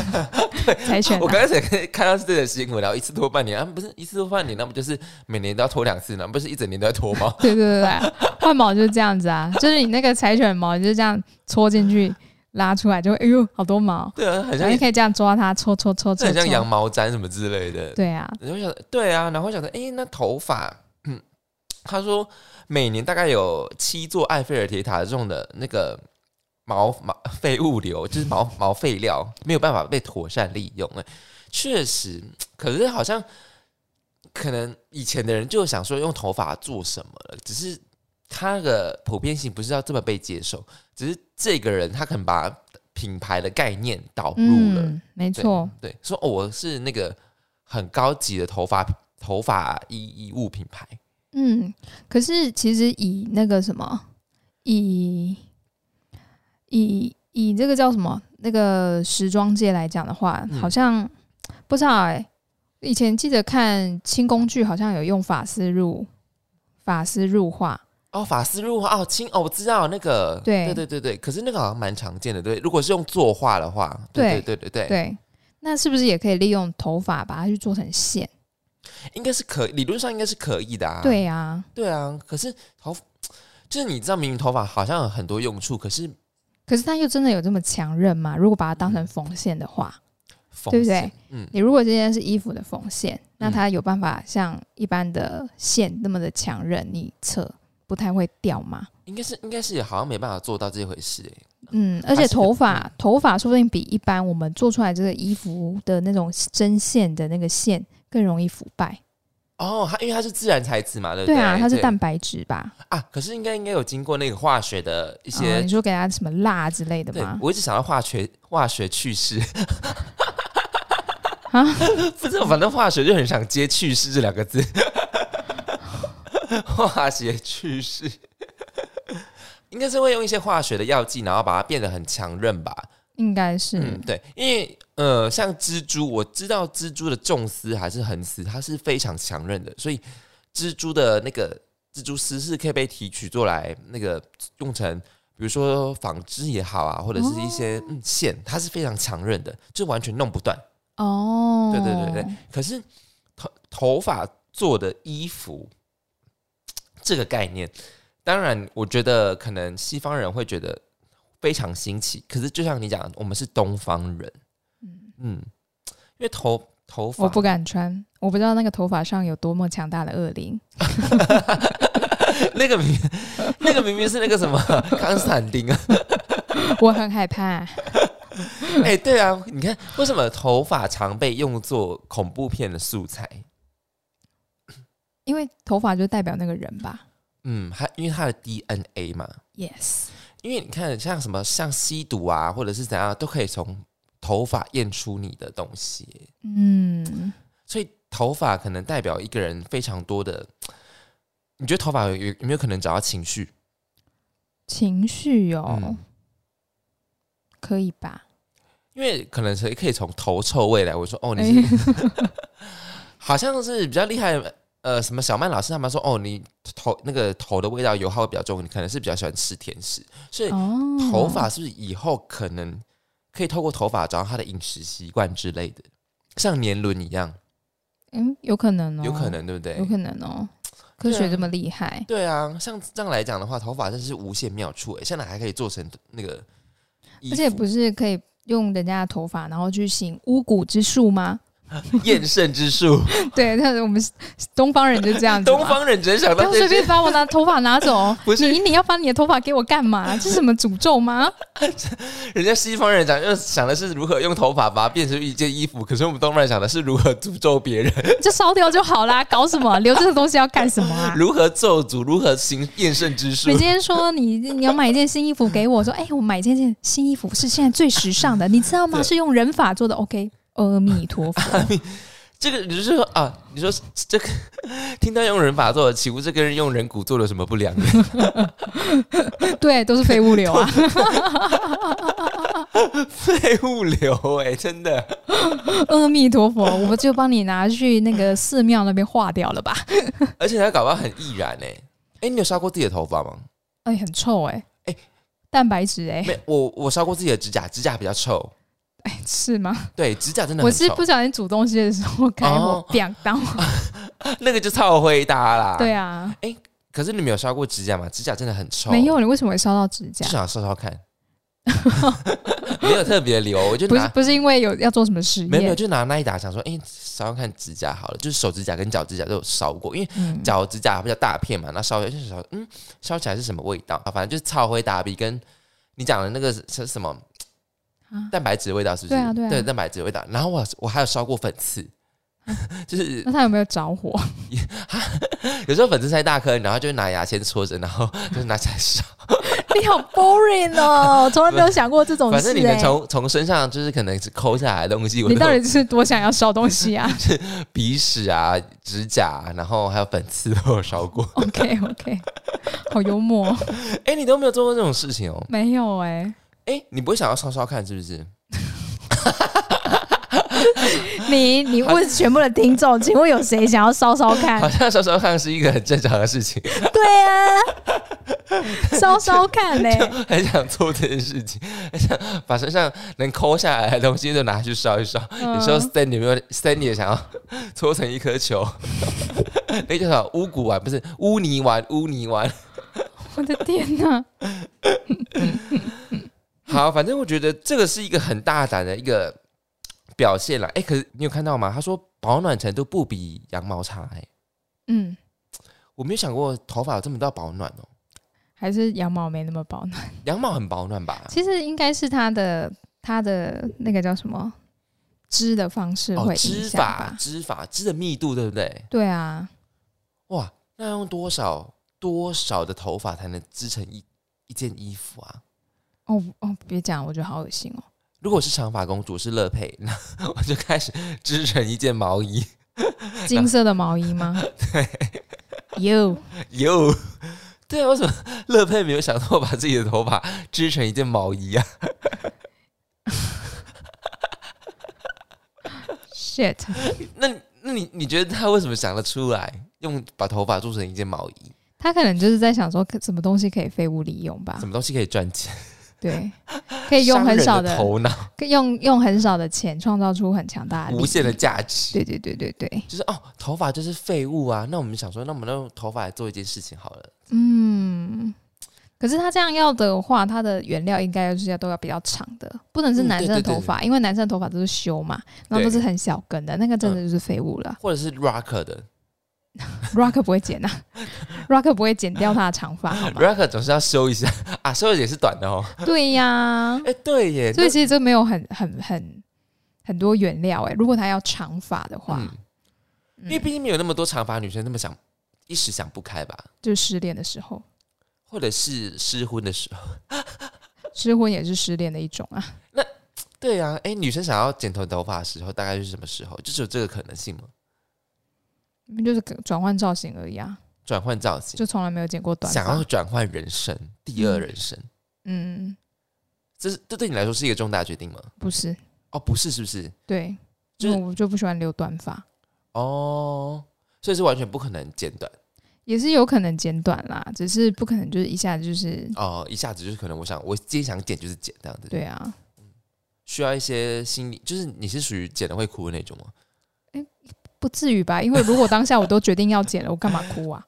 Speaker 1: 柴犬、
Speaker 2: 我
Speaker 1: 啊。？
Speaker 2: 刚开始看看到是这个新闻，然后一次拖半年，啊，不是一次拖半年，那不就是每年都要拖两次呢？不是一整年都在拖吗
Speaker 1: 对对对对，换毛就是这样子啊，就是你那个柴犬毛就是这样戳进去拉出来，就会哎呦好多毛，
Speaker 2: 对啊，很
Speaker 1: 然
Speaker 2: 像
Speaker 1: 后你可以这样抓它，戳戳戳戳
Speaker 2: 这很像羊
Speaker 1: 戳。
Speaker 2: 毛毡什么之类的。
Speaker 1: 对啊，
Speaker 2: 然后想，对啊，然后想着，哎，那头发，嗯，他说每年大概有七座埃菲尔铁塔中的那个毛毛废物流，就是毛毛废料没有办法被妥善利用。哎，确实，可是好像可能以前的人就想说用头发做什么了，只是他的普遍性不是要这么被接受，只是这个人他可能把品牌的概念导入了。
Speaker 1: 嗯，没
Speaker 2: 对
Speaker 1: 错，
Speaker 2: 对，说哦，我是那个很高级的头发头发衣衣物品牌，
Speaker 1: 嗯，可是其实以那个什么，以以以这个叫什么那个时装界来讲的话，
Speaker 2: 嗯
Speaker 1: 好像不知道哎、以前记得看清宫剧，好像有用发丝入发丝入画，
Speaker 2: 哦，法丝入花哦，青哦，我知道那个，
Speaker 1: 对
Speaker 2: 对对对对，可是那个好像蛮常见的，对，如果是用作画的话，对对对对对，
Speaker 1: 对，那是不是也可以利用头发把它去做成线？
Speaker 2: 应该是可，理论上应该是可以的啊，
Speaker 1: 对啊，
Speaker 2: 对啊，可是头，就是你知道，明明头发好像有很多用处，可是
Speaker 1: 可是它又真的有这么强韧吗？如果把它当成缝线的
Speaker 2: 嗯
Speaker 1: 话，
Speaker 2: 缝
Speaker 1: 对不
Speaker 2: 线
Speaker 1: 对？
Speaker 2: 嗯，
Speaker 1: 你如果这件是衣服的缝线，那
Speaker 2: 嗯
Speaker 1: 它有办法像一般的线那么的强韧，你扯不太会掉吗？
Speaker 2: 应该是应该是好像没办法做到这回事哎、
Speaker 1: 嗯，而且
Speaker 2: 还是
Speaker 1: 头发
Speaker 2: 嗯
Speaker 1: 头发说不定比一般我们做出来这个衣服的那种针线的那个线更容易腐败。
Speaker 2: 哦，它因为它是自然材质嘛，对不
Speaker 1: 对
Speaker 2: 对
Speaker 1: 啊，它是
Speaker 2: 对
Speaker 1: 蛋白质吧？
Speaker 2: 啊，可是应该应该有经过那个化学的一
Speaker 1: 哦
Speaker 2: 些，
Speaker 1: 你说给它什么蜡之类的
Speaker 2: 对
Speaker 1: 吗？
Speaker 2: 我一直想到化学 化学趣事
Speaker 1: 啊，
Speaker 2: 不知道，反正化学就很想接趣事这两个字， 化学趣事。应该是会用一些化学的药剂，然后把它变得很强韧吧。
Speaker 1: 应该是、
Speaker 2: 嗯，对，因为呃，像蜘蛛，我知道蜘蛛的重丝还是横丝，它是非常强韧的，所以蜘蛛的那个蜘蛛丝是可以被提取做来那个用成，比如说纺织也好啊，或者是一些、嗯线，它是非常强韧的，就完全弄不断。
Speaker 1: 哦，
Speaker 2: 对对对对，可是头头发做的衣服这个概念，当然我觉得可能西方人会觉得非常新奇，可是就像你讲，我们是东方人，
Speaker 1: 嗯
Speaker 2: 嗯，因为头头发
Speaker 1: 我不敢穿，我不知道那个头发上有多么强大的恶灵。
Speaker 2: 那个明那个明明是那个什么 康斯坦丁啊，
Speaker 1: 我很害怕。嗯
Speaker 2: 哎、对啊，你看为什么头发常被用作恐怖片的素材？
Speaker 1: 因为头发就代表那个人吧。
Speaker 2: 嗯，它因为它的 DNA 嘛，
Speaker 1: Yes，
Speaker 2: 因为你看，像什么像吸毒啊，或者是怎样，都可以从头发验出你的东西，
Speaker 1: 嗯，
Speaker 2: 所以头发可能代表一个人非常多的。你觉得头发有有有没有可能找到情绪？
Speaker 1: 情绪哦，
Speaker 2: 嗯
Speaker 1: 可以吧？
Speaker 2: 因为可能是可以从头臭味来，我说哦，
Speaker 1: 哎
Speaker 2: 你是、 好像是比较厉害。呃，什么小曼老师他们说哦，你头那个头的味道油耗会比较重，你可能是比较喜欢吃甜食，所以
Speaker 1: 哦，
Speaker 2: 头发是不是以后可能可以透过头发找到他的饮食习惯之类的，像年轮一样，
Speaker 1: 嗯，有可能哦，
Speaker 2: 有可，能对不对
Speaker 1: 有？可能哦。科学这么厉害，
Speaker 2: 对啊，像这样来讲的话，头发真是无限妙处诶、现在还可以做成那个衣
Speaker 1: 而
Speaker 2: 服，
Speaker 1: 且不是可以用人家的头发，然后去行巫蛊之术吗？
Speaker 2: 厌胜之术，
Speaker 1: 对， 但是我们东方人就这样子嘛。
Speaker 2: 东方人只能想
Speaker 1: 不
Speaker 2: 到
Speaker 1: 要
Speaker 2: 这
Speaker 1: 随
Speaker 2: 些，
Speaker 1: 便把我拿头发拿走哦
Speaker 2: 不是
Speaker 1: 你你要把你的头发给我干嘛？这是什么诅咒吗？
Speaker 2: 人家西方人讲，就想的是如何用头发把它变成一件衣服，可是我们东方人想的是如何诅咒别人，
Speaker 1: 就烧掉就好啦，搞什么？留这个东西要干什么啊？
Speaker 2: 如何咒诅，如何行厌胜之
Speaker 1: 你
Speaker 2: 术
Speaker 1: 今。天说你你要买一件新衣服给我，说哎、我买这件新衣服是现在最时尚的，你知道吗？
Speaker 2: 对
Speaker 1: 是用人发做的。OK，阿弥陀佛，
Speaker 2: 这个你就是说啊，你说这个 听到用人法做的，岂不是跟用人骨做了什么不良？
Speaker 1: 对，都是废物流啊。
Speaker 2: 废物流哎、真的。
Speaker 1: 阿弥陀佛，我就帮你拿去那个寺庙那边化掉了吧。
Speaker 2: 而且他搞到很易燃哎、哎、你有烧过自己的头发吗？
Speaker 1: 哎、很臭哎、
Speaker 2: 哎
Speaker 1: 蛋白质哎、
Speaker 2: 没，我我烧过自己的指甲，指甲比较臭。
Speaker 1: 哎是吗？
Speaker 2: 对，指甲真的
Speaker 1: 我
Speaker 2: 很
Speaker 1: 是
Speaker 2: 臭，
Speaker 1: 不小心煮东西的时候 开火
Speaker 2: 哦，
Speaker 1: 砰、当。
Speaker 2: 那个就超灰搭啦。
Speaker 1: 对，啊，
Speaker 2: 可是你没有烧过指甲吗？指甲真的很臭。
Speaker 1: 没，有，你为什么会烧到指甲
Speaker 2: 就？想烧烧看。 没有特别留，我就
Speaker 1: 不是
Speaker 2: 拿
Speaker 1: 不是因为有要做什么实验？
Speaker 2: 没有没有，就拿那一打想说，哎、烧烧看指甲好了，就是手指甲跟脚指甲都有烧过，因为
Speaker 1: 嗯
Speaker 2: 脚指甲比较大片嘛，那烧就是烧，嗯，烧起来是什么味道？啊，反正就是超灰打比跟你讲的那个是什么
Speaker 1: 啊
Speaker 2: 蛋白质的味道，是不是？
Speaker 1: 对啊对啊
Speaker 2: 蛋白质的味道。然后我我还有烧过粉刺，
Speaker 1: 啊
Speaker 2: 就是
Speaker 1: 那它有没有着 火？
Speaker 2: 有时候粉刺太大颗，然后就拿牙签戳着，然后就是拿起来烧。
Speaker 1: 你好 boring 哦，从来没有想过这种事、欸。
Speaker 2: 反正你能从从身上就是可能是抠下来的东西，我
Speaker 1: 你到
Speaker 2: 都
Speaker 1: 底是多想要烧东西 啊
Speaker 2: 鼻屎啊、指甲，然后还有粉刺都有烧过。
Speaker 1: ？OK OK，好 幽默， 哦
Speaker 2: 哎、你都没有做过这种事情哦？
Speaker 1: 没有哎、
Speaker 2: 哎、你不会想要烧烧看是不是？
Speaker 1: 你你问全部的听众，请问有谁想要烧烧看
Speaker 2: 好？像烧烧看是一个很正常的事情。
Speaker 1: 对啊，烧烧看欸嘞、
Speaker 2: 很想做这件事情，很想把身上能抠下来的东西都拿去烧一烧。有
Speaker 1: 嗯
Speaker 2: 时候 Stan 有没有 Stan 也想要搓成一颗球， 那叫什么乌骨丸？不是污泥丸，污泥丸。
Speaker 1: 我的天哪、
Speaker 2: 好，反正我觉得这个是一个很大胆的一个表现啦。哎、可是你有看到吗？他说保暖程度不比羊毛差、哎，
Speaker 1: 嗯，
Speaker 2: 我没有想过头发有这么到保暖哦、
Speaker 1: 还是羊毛没那么保暖。
Speaker 2: 羊毛很保暖吧？
Speaker 1: 其实应该是它的它的那个叫什么织的方式
Speaker 2: 哦
Speaker 1: 会，影
Speaker 2: 织
Speaker 1: 响吧
Speaker 2: 法，？织法，织的密度对不对？
Speaker 1: 对啊，
Speaker 2: 哇，那要用多少多少的头发才能织成一一件衣服啊？
Speaker 1: 哦哦，别讲，我觉得好恶心 哦。
Speaker 2: 如果是长发公主，是乐佩， 那我就开始织成一件毛衣。
Speaker 1: 金色的毛衣 吗？对，You
Speaker 2: 哟，对啊，为什么乐佩没有想到把自己的头发织成一件毛衣啊？
Speaker 1: shit，
Speaker 2: 那那你你觉得她为什么想得出来用把头发做成一件毛衣？
Speaker 1: 他可能就是在想说，可什么东西可以废物利用吧
Speaker 2: 什？么东西可以赚钱？
Speaker 1: 对，可以用很少
Speaker 2: 商人
Speaker 1: 的
Speaker 2: 的，头脑，
Speaker 1: 可以用用很少的钱创造出很强大的利益
Speaker 2: 无限的。价值。
Speaker 1: 对对对对对，
Speaker 2: 就是哦，头发就是废物啊！那我们想说，那我们用头发来做一件事情好了。
Speaker 1: 嗯。可是他这样要的话，他的原料应该就是要都要比较长的，不能是
Speaker 2: 嗯
Speaker 1: 男生
Speaker 2: 对
Speaker 1: 的
Speaker 2: 对对
Speaker 1: 头发，因为男生的头发都是修嘛，然后都是很小根的，那个真的就是废物 了。
Speaker 2: 或者是 rock 的
Speaker 1: Rock 不会剪 呐、r o c k 不会剪掉他的长 发好吗？
Speaker 2: rock 总是要修一下 啊，修的也是短的哦。
Speaker 1: 对呀、
Speaker 2: 哎、对耶，
Speaker 1: 所以其实这没有很很很很多原料哎、如果他要长发的
Speaker 2: 那
Speaker 1: 话，
Speaker 2: 嗯，
Speaker 1: 嗯
Speaker 2: 因为毕竟没有那么多长发女生那么想一时想不开吧，
Speaker 1: 就是失恋的时候，
Speaker 2: 或者是失婚的时候。
Speaker 1: 失婚也是失恋的一种啊。
Speaker 2: 对啊，哎、女生想要剪头头发的时候，大概是什么时候？就是有这个可能性吗？
Speaker 1: 就是转换造型而已啊，
Speaker 2: 转换造型，
Speaker 1: 就从来没有剪过短
Speaker 2: 想
Speaker 1: 发
Speaker 2: 要。转换人生，第二人生，
Speaker 1: 嗯，
Speaker 2: 这是这对你来说是一个重大决定吗？
Speaker 1: 不是，
Speaker 2: 哦，不是，是不是？
Speaker 1: 对，
Speaker 2: 就
Speaker 1: 就是是我就不喜欢留短发，
Speaker 2: 哦，所以是完全不可能剪短
Speaker 1: 也是有可能剪短啦，只是不可能就是一下子就是
Speaker 2: 哦，一下子就是可能我想我今天想剪就是剪这样子，
Speaker 1: 对啊，
Speaker 2: 需要一些心理，就是你是属于剪了会哭的那种吗？
Speaker 1: 不至于吧？因为如果当下我都决定要剪了，我干嘛哭啊？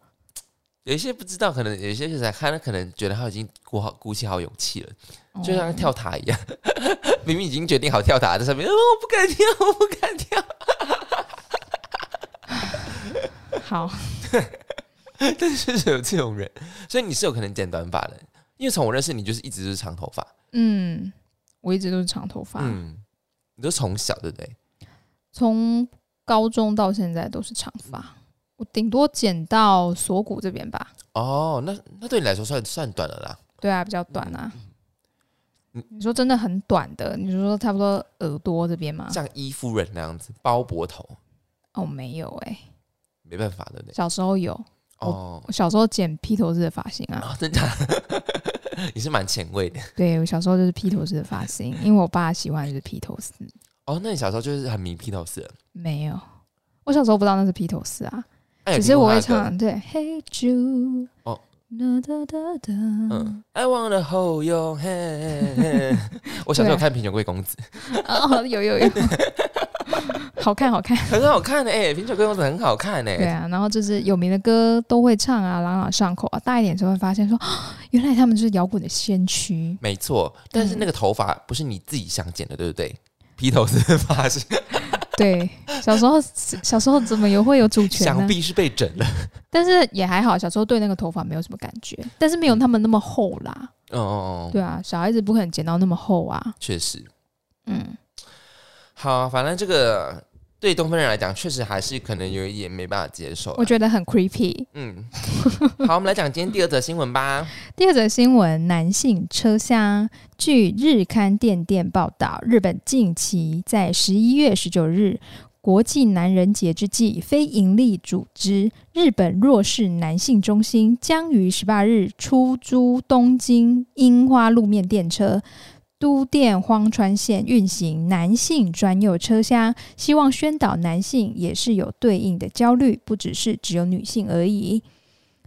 Speaker 2: 有一些不知道，可能有一些人看他可能觉得他已经鼓好鼓起好勇气了，
Speaker 1: 哦
Speaker 2: 就像跳塔一样， 明明已经决定好跳塔，在上面、哦、我不敢跳， 我不敢跳，
Speaker 1: 好，
Speaker 2: 就是有这种人，所以你是有可能剪短发的，因为从我认识你就是一直就是长头发，
Speaker 1: 嗯，我一直都是长头发，
Speaker 2: 嗯，你都从小对不对？
Speaker 1: 从高中到现在都是长发，我顶多剪到锁骨这边吧。
Speaker 2: 哦，那那对你来说算算短了啦，
Speaker 1: 对啊，比较短啊。
Speaker 2: 嗯
Speaker 1: 你说真的很短的，你说差不多耳朵这边吗？
Speaker 2: 像伊夫人那样子包脖头，
Speaker 1: 哦，没有哎、
Speaker 2: 没办法的呢。
Speaker 1: 小时候有，
Speaker 2: 哦
Speaker 1: 我小时候剪披头士的发型啊。
Speaker 2: 啊，真的，你是蛮前卫的
Speaker 1: 对，我小时候就是披头士的发型，因为我爸喜欢就是披头士。
Speaker 2: 哦。那你小时候就是很迷披头士了，
Speaker 1: 没有，我小时候不知道那是披头士啊，
Speaker 2: 那你有
Speaker 1: 只
Speaker 2: 听
Speaker 1: 是
Speaker 2: 过
Speaker 1: 我会
Speaker 2: 他的歌
Speaker 1: 唱啊对，Hey Jude，
Speaker 2: 哦
Speaker 1: 哒哒哒哒，
Speaker 2: 嗯，I wanna hold your hand 。 我小时
Speaker 1: 啊
Speaker 2: 候看《贫穷贵公子
Speaker 1: 哦，有有 有，好看好看。》，
Speaker 2: 很好看的、欸，哎，《贫穷贵公子》很好看欸呢、
Speaker 1: 对啊，然后就是有名的歌都会唱啊，朗朗上口啊。大一点之后会发现说，啊原来他们就是摇滚的先驱。
Speaker 2: 没错，但
Speaker 1: 嗯
Speaker 2: 是那个头发不是你自己想剪的，对不对？披头士的发型，
Speaker 1: 对，小时候小时候怎么有会有主权
Speaker 2: 想
Speaker 1: 呢？
Speaker 2: 必是被整了。
Speaker 1: 但是也还好，小时候对那个头发没有什么感觉，但是没有
Speaker 2: 嗯
Speaker 1: 他们那么厚啦。
Speaker 2: 哦哦哦，
Speaker 1: 对啊，小孩子不可能剪到那么厚啊。
Speaker 2: 确实。
Speaker 1: 嗯，
Speaker 2: 好，反正这个对东方人来讲，确实还是可能有一点没办法接受啦。
Speaker 1: 我觉得很 creepy。
Speaker 2: 嗯，好，我们来讲今天第二则新闻吧。
Speaker 1: 第二则新闻：男性车厢。据日刊电电报道，日本近期在十一月十九日国际男人节之际，非营利组织日本弱势男性中心将于十八日出租东京樱花路面电车。都电荒川线运行男性专用车厢，希望宣导男性也是有对应的焦虑，不只是只有女性而已。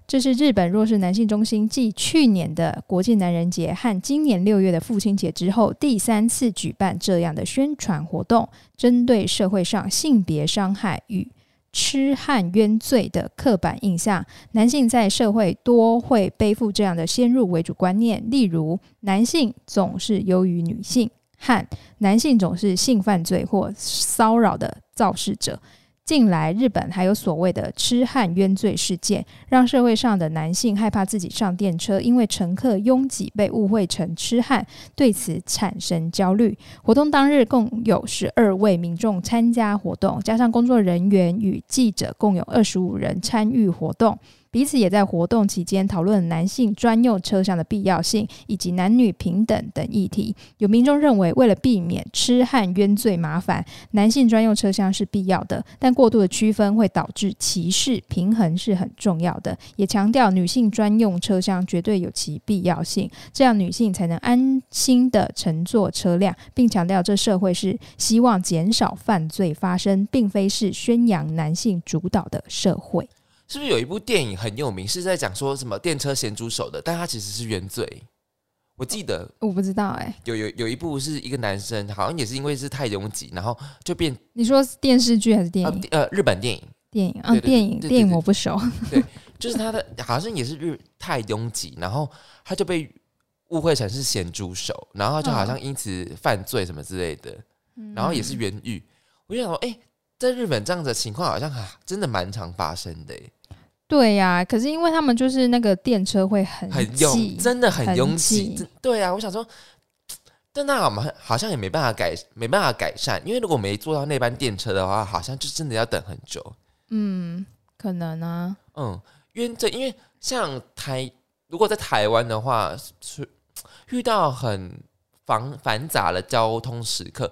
Speaker 1: 这是日本弱势男性中心继去年的国际男人节和今年六月的父亲节之后，第三次举办这样的宣传活动，针对社会上性别伤害与痴汉冤罪的刻板印象，男性在社会多会背负这样的先入为主观念，例如男性总是优于女性，和男性总是性犯罪或骚扰的肇事者。近来，日本还有所谓的痴汉冤罪事件，让社会上的男性害怕自己上电车，因为乘客拥挤被误会成痴汉，对此产生焦虑。活动当日共有十二位民众参加活动，加上工作人员与记者，共有二十五人参与活动。彼此也在活动期间讨论男性专用车厢的必要性，以及男女平等等议题。有民众认为，为了避免痴汉冤罪麻烦，男性专用车厢是必要的，但过度的区分会导致歧视，平衡是很重要的。也强调女性专用车厢绝对有其必要性，这样女性才能安心的乘坐车辆，并强调这社会是希望减少犯罪发生，并非是宣扬男性主导的社会。
Speaker 2: 是不是有一部电影很有名，是在讲说什么电车咸猪手的，但它其实是原罪。我记得
Speaker 1: 我不知道哎、
Speaker 2: 有有有一部是一个男生，好像也是因为是太拥挤，然后就变
Speaker 1: 你说是电视剧还是电
Speaker 2: 呃
Speaker 1: 影？
Speaker 2: 呃日本电影，
Speaker 1: 电影啊，
Speaker 2: 对对对
Speaker 1: 电影
Speaker 2: 对对
Speaker 1: 电影
Speaker 2: 对
Speaker 1: 我不熟。
Speaker 2: 就是他的好像也是日太拥挤，然后他就被误会成是咸猪手，然后就好像因此犯罪什么之类的，
Speaker 1: 嗯
Speaker 2: 然后也是冤狱。我就想说，哎、在日本这样子的情况好像啊，真的蛮常发生的、欸，
Speaker 1: 对呀、可是因为他们就是那个电车会很
Speaker 2: 很
Speaker 1: 挤
Speaker 2: 拥，，真的很
Speaker 1: 很
Speaker 2: 拥
Speaker 1: 挤
Speaker 2: 挤。真对啊，我想说。但那我们好像也没办法改，没办法改善，因为如果没坐到那班电车的话，好像就真的要等很久。
Speaker 1: 嗯，可能啊，
Speaker 2: 嗯，冤罪，因为像台，如果在台湾的话，是遇到很繁繁杂的交通时刻，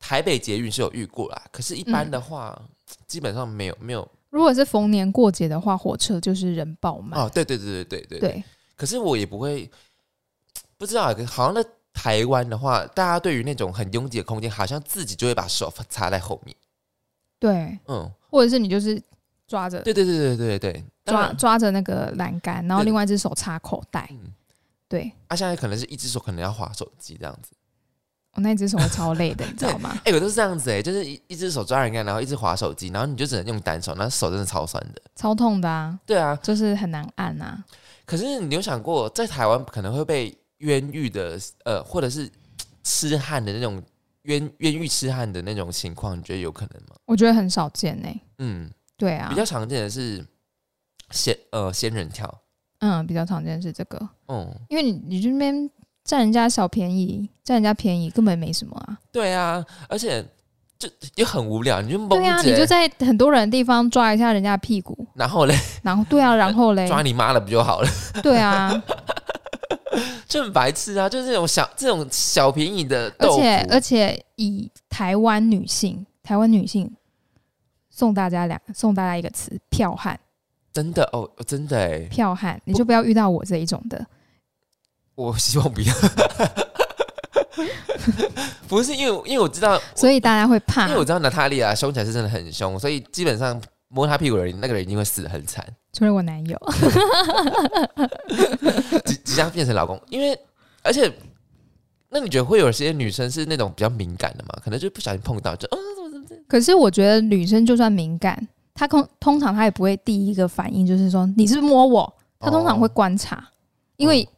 Speaker 2: 台北捷运是有遇过啦。可是，一般的话，基本上没有没有
Speaker 1: 如果是逢年过节的话，火车就是人爆满。
Speaker 2: 哦，对对对对对对。
Speaker 1: 对，
Speaker 2: 可是我也不会不知道，啊好像在台湾的话，大家对于那种很拥挤的空间，好像自己就会把手插在后面。
Speaker 1: 对，
Speaker 2: 嗯，
Speaker 1: 或者是你就是抓着
Speaker 2: 对对对对对对对，当
Speaker 1: 抓
Speaker 2: 然
Speaker 1: 抓着那个栏杆，然后
Speaker 2: 对
Speaker 1: 另外一只手插口袋。
Speaker 2: 嗯
Speaker 1: 对，
Speaker 2: 啊，现在可能是一只手可能要划手机这样子。
Speaker 1: 我那一只手会超累 的，你知道吗？
Speaker 2: 哎、我都是这样子哎、就是一一只手抓人家，然后一只滑手机，然后你就只能用单手，那手真的超酸的。
Speaker 1: 超痛的啊，
Speaker 2: 对啊，
Speaker 1: 就是很难按啊。
Speaker 2: 可是你有想过，在台湾可能会被冤狱的，呃，或者是痴汉的那种冤冤狱痴汉的那种情况，你觉得有可能吗？
Speaker 1: 我觉得很少见呢、
Speaker 2: 嗯，
Speaker 1: 对啊
Speaker 2: 比，较常见的是仙呃仙人跳，
Speaker 1: 嗯，比较常见是这个，
Speaker 2: 嗯，
Speaker 1: 因为你你这边占人家小便宜，占人家便宜根本没什么啊。
Speaker 2: 对啊，而且就也很无聊，你就蒙着，
Speaker 1: 对啊，你就在很多人的地方抓一下人家屁股，
Speaker 2: 然后嘞
Speaker 1: 然后对啊，然后嘞，
Speaker 2: 抓你妈了不就好了？
Speaker 1: 对啊，
Speaker 2: 就很白痴啊，就是这种小这种小便宜的
Speaker 1: 而
Speaker 2: 豆腐，
Speaker 1: 且而且以台湾女性，台湾女性送大家两送大家一个词，剽悍，
Speaker 2: 真的哦，真的哎。
Speaker 1: 剽悍，你就不要遇到我这一种的。
Speaker 2: 我希望不要。 不是因为，因为我知道，
Speaker 1: 所以大家会怕
Speaker 2: 因为，我知道娜塔莉啊，凶起来是真的很凶，所以基本上摸她屁股的人，那个人一定会死得很惨，
Speaker 1: 除了我男友，
Speaker 2: 即即将变成老公。因为，而且，那你觉得会有些女生是那种比较敏感的嘛？可能就不小心碰到，就嗯，
Speaker 1: 可是我觉得女生就算敏感，她通通常她也不会第一个反应就是说你是不是摸
Speaker 2: 哦
Speaker 1: 我，她通常会观察，
Speaker 2: 嗯
Speaker 1: 因为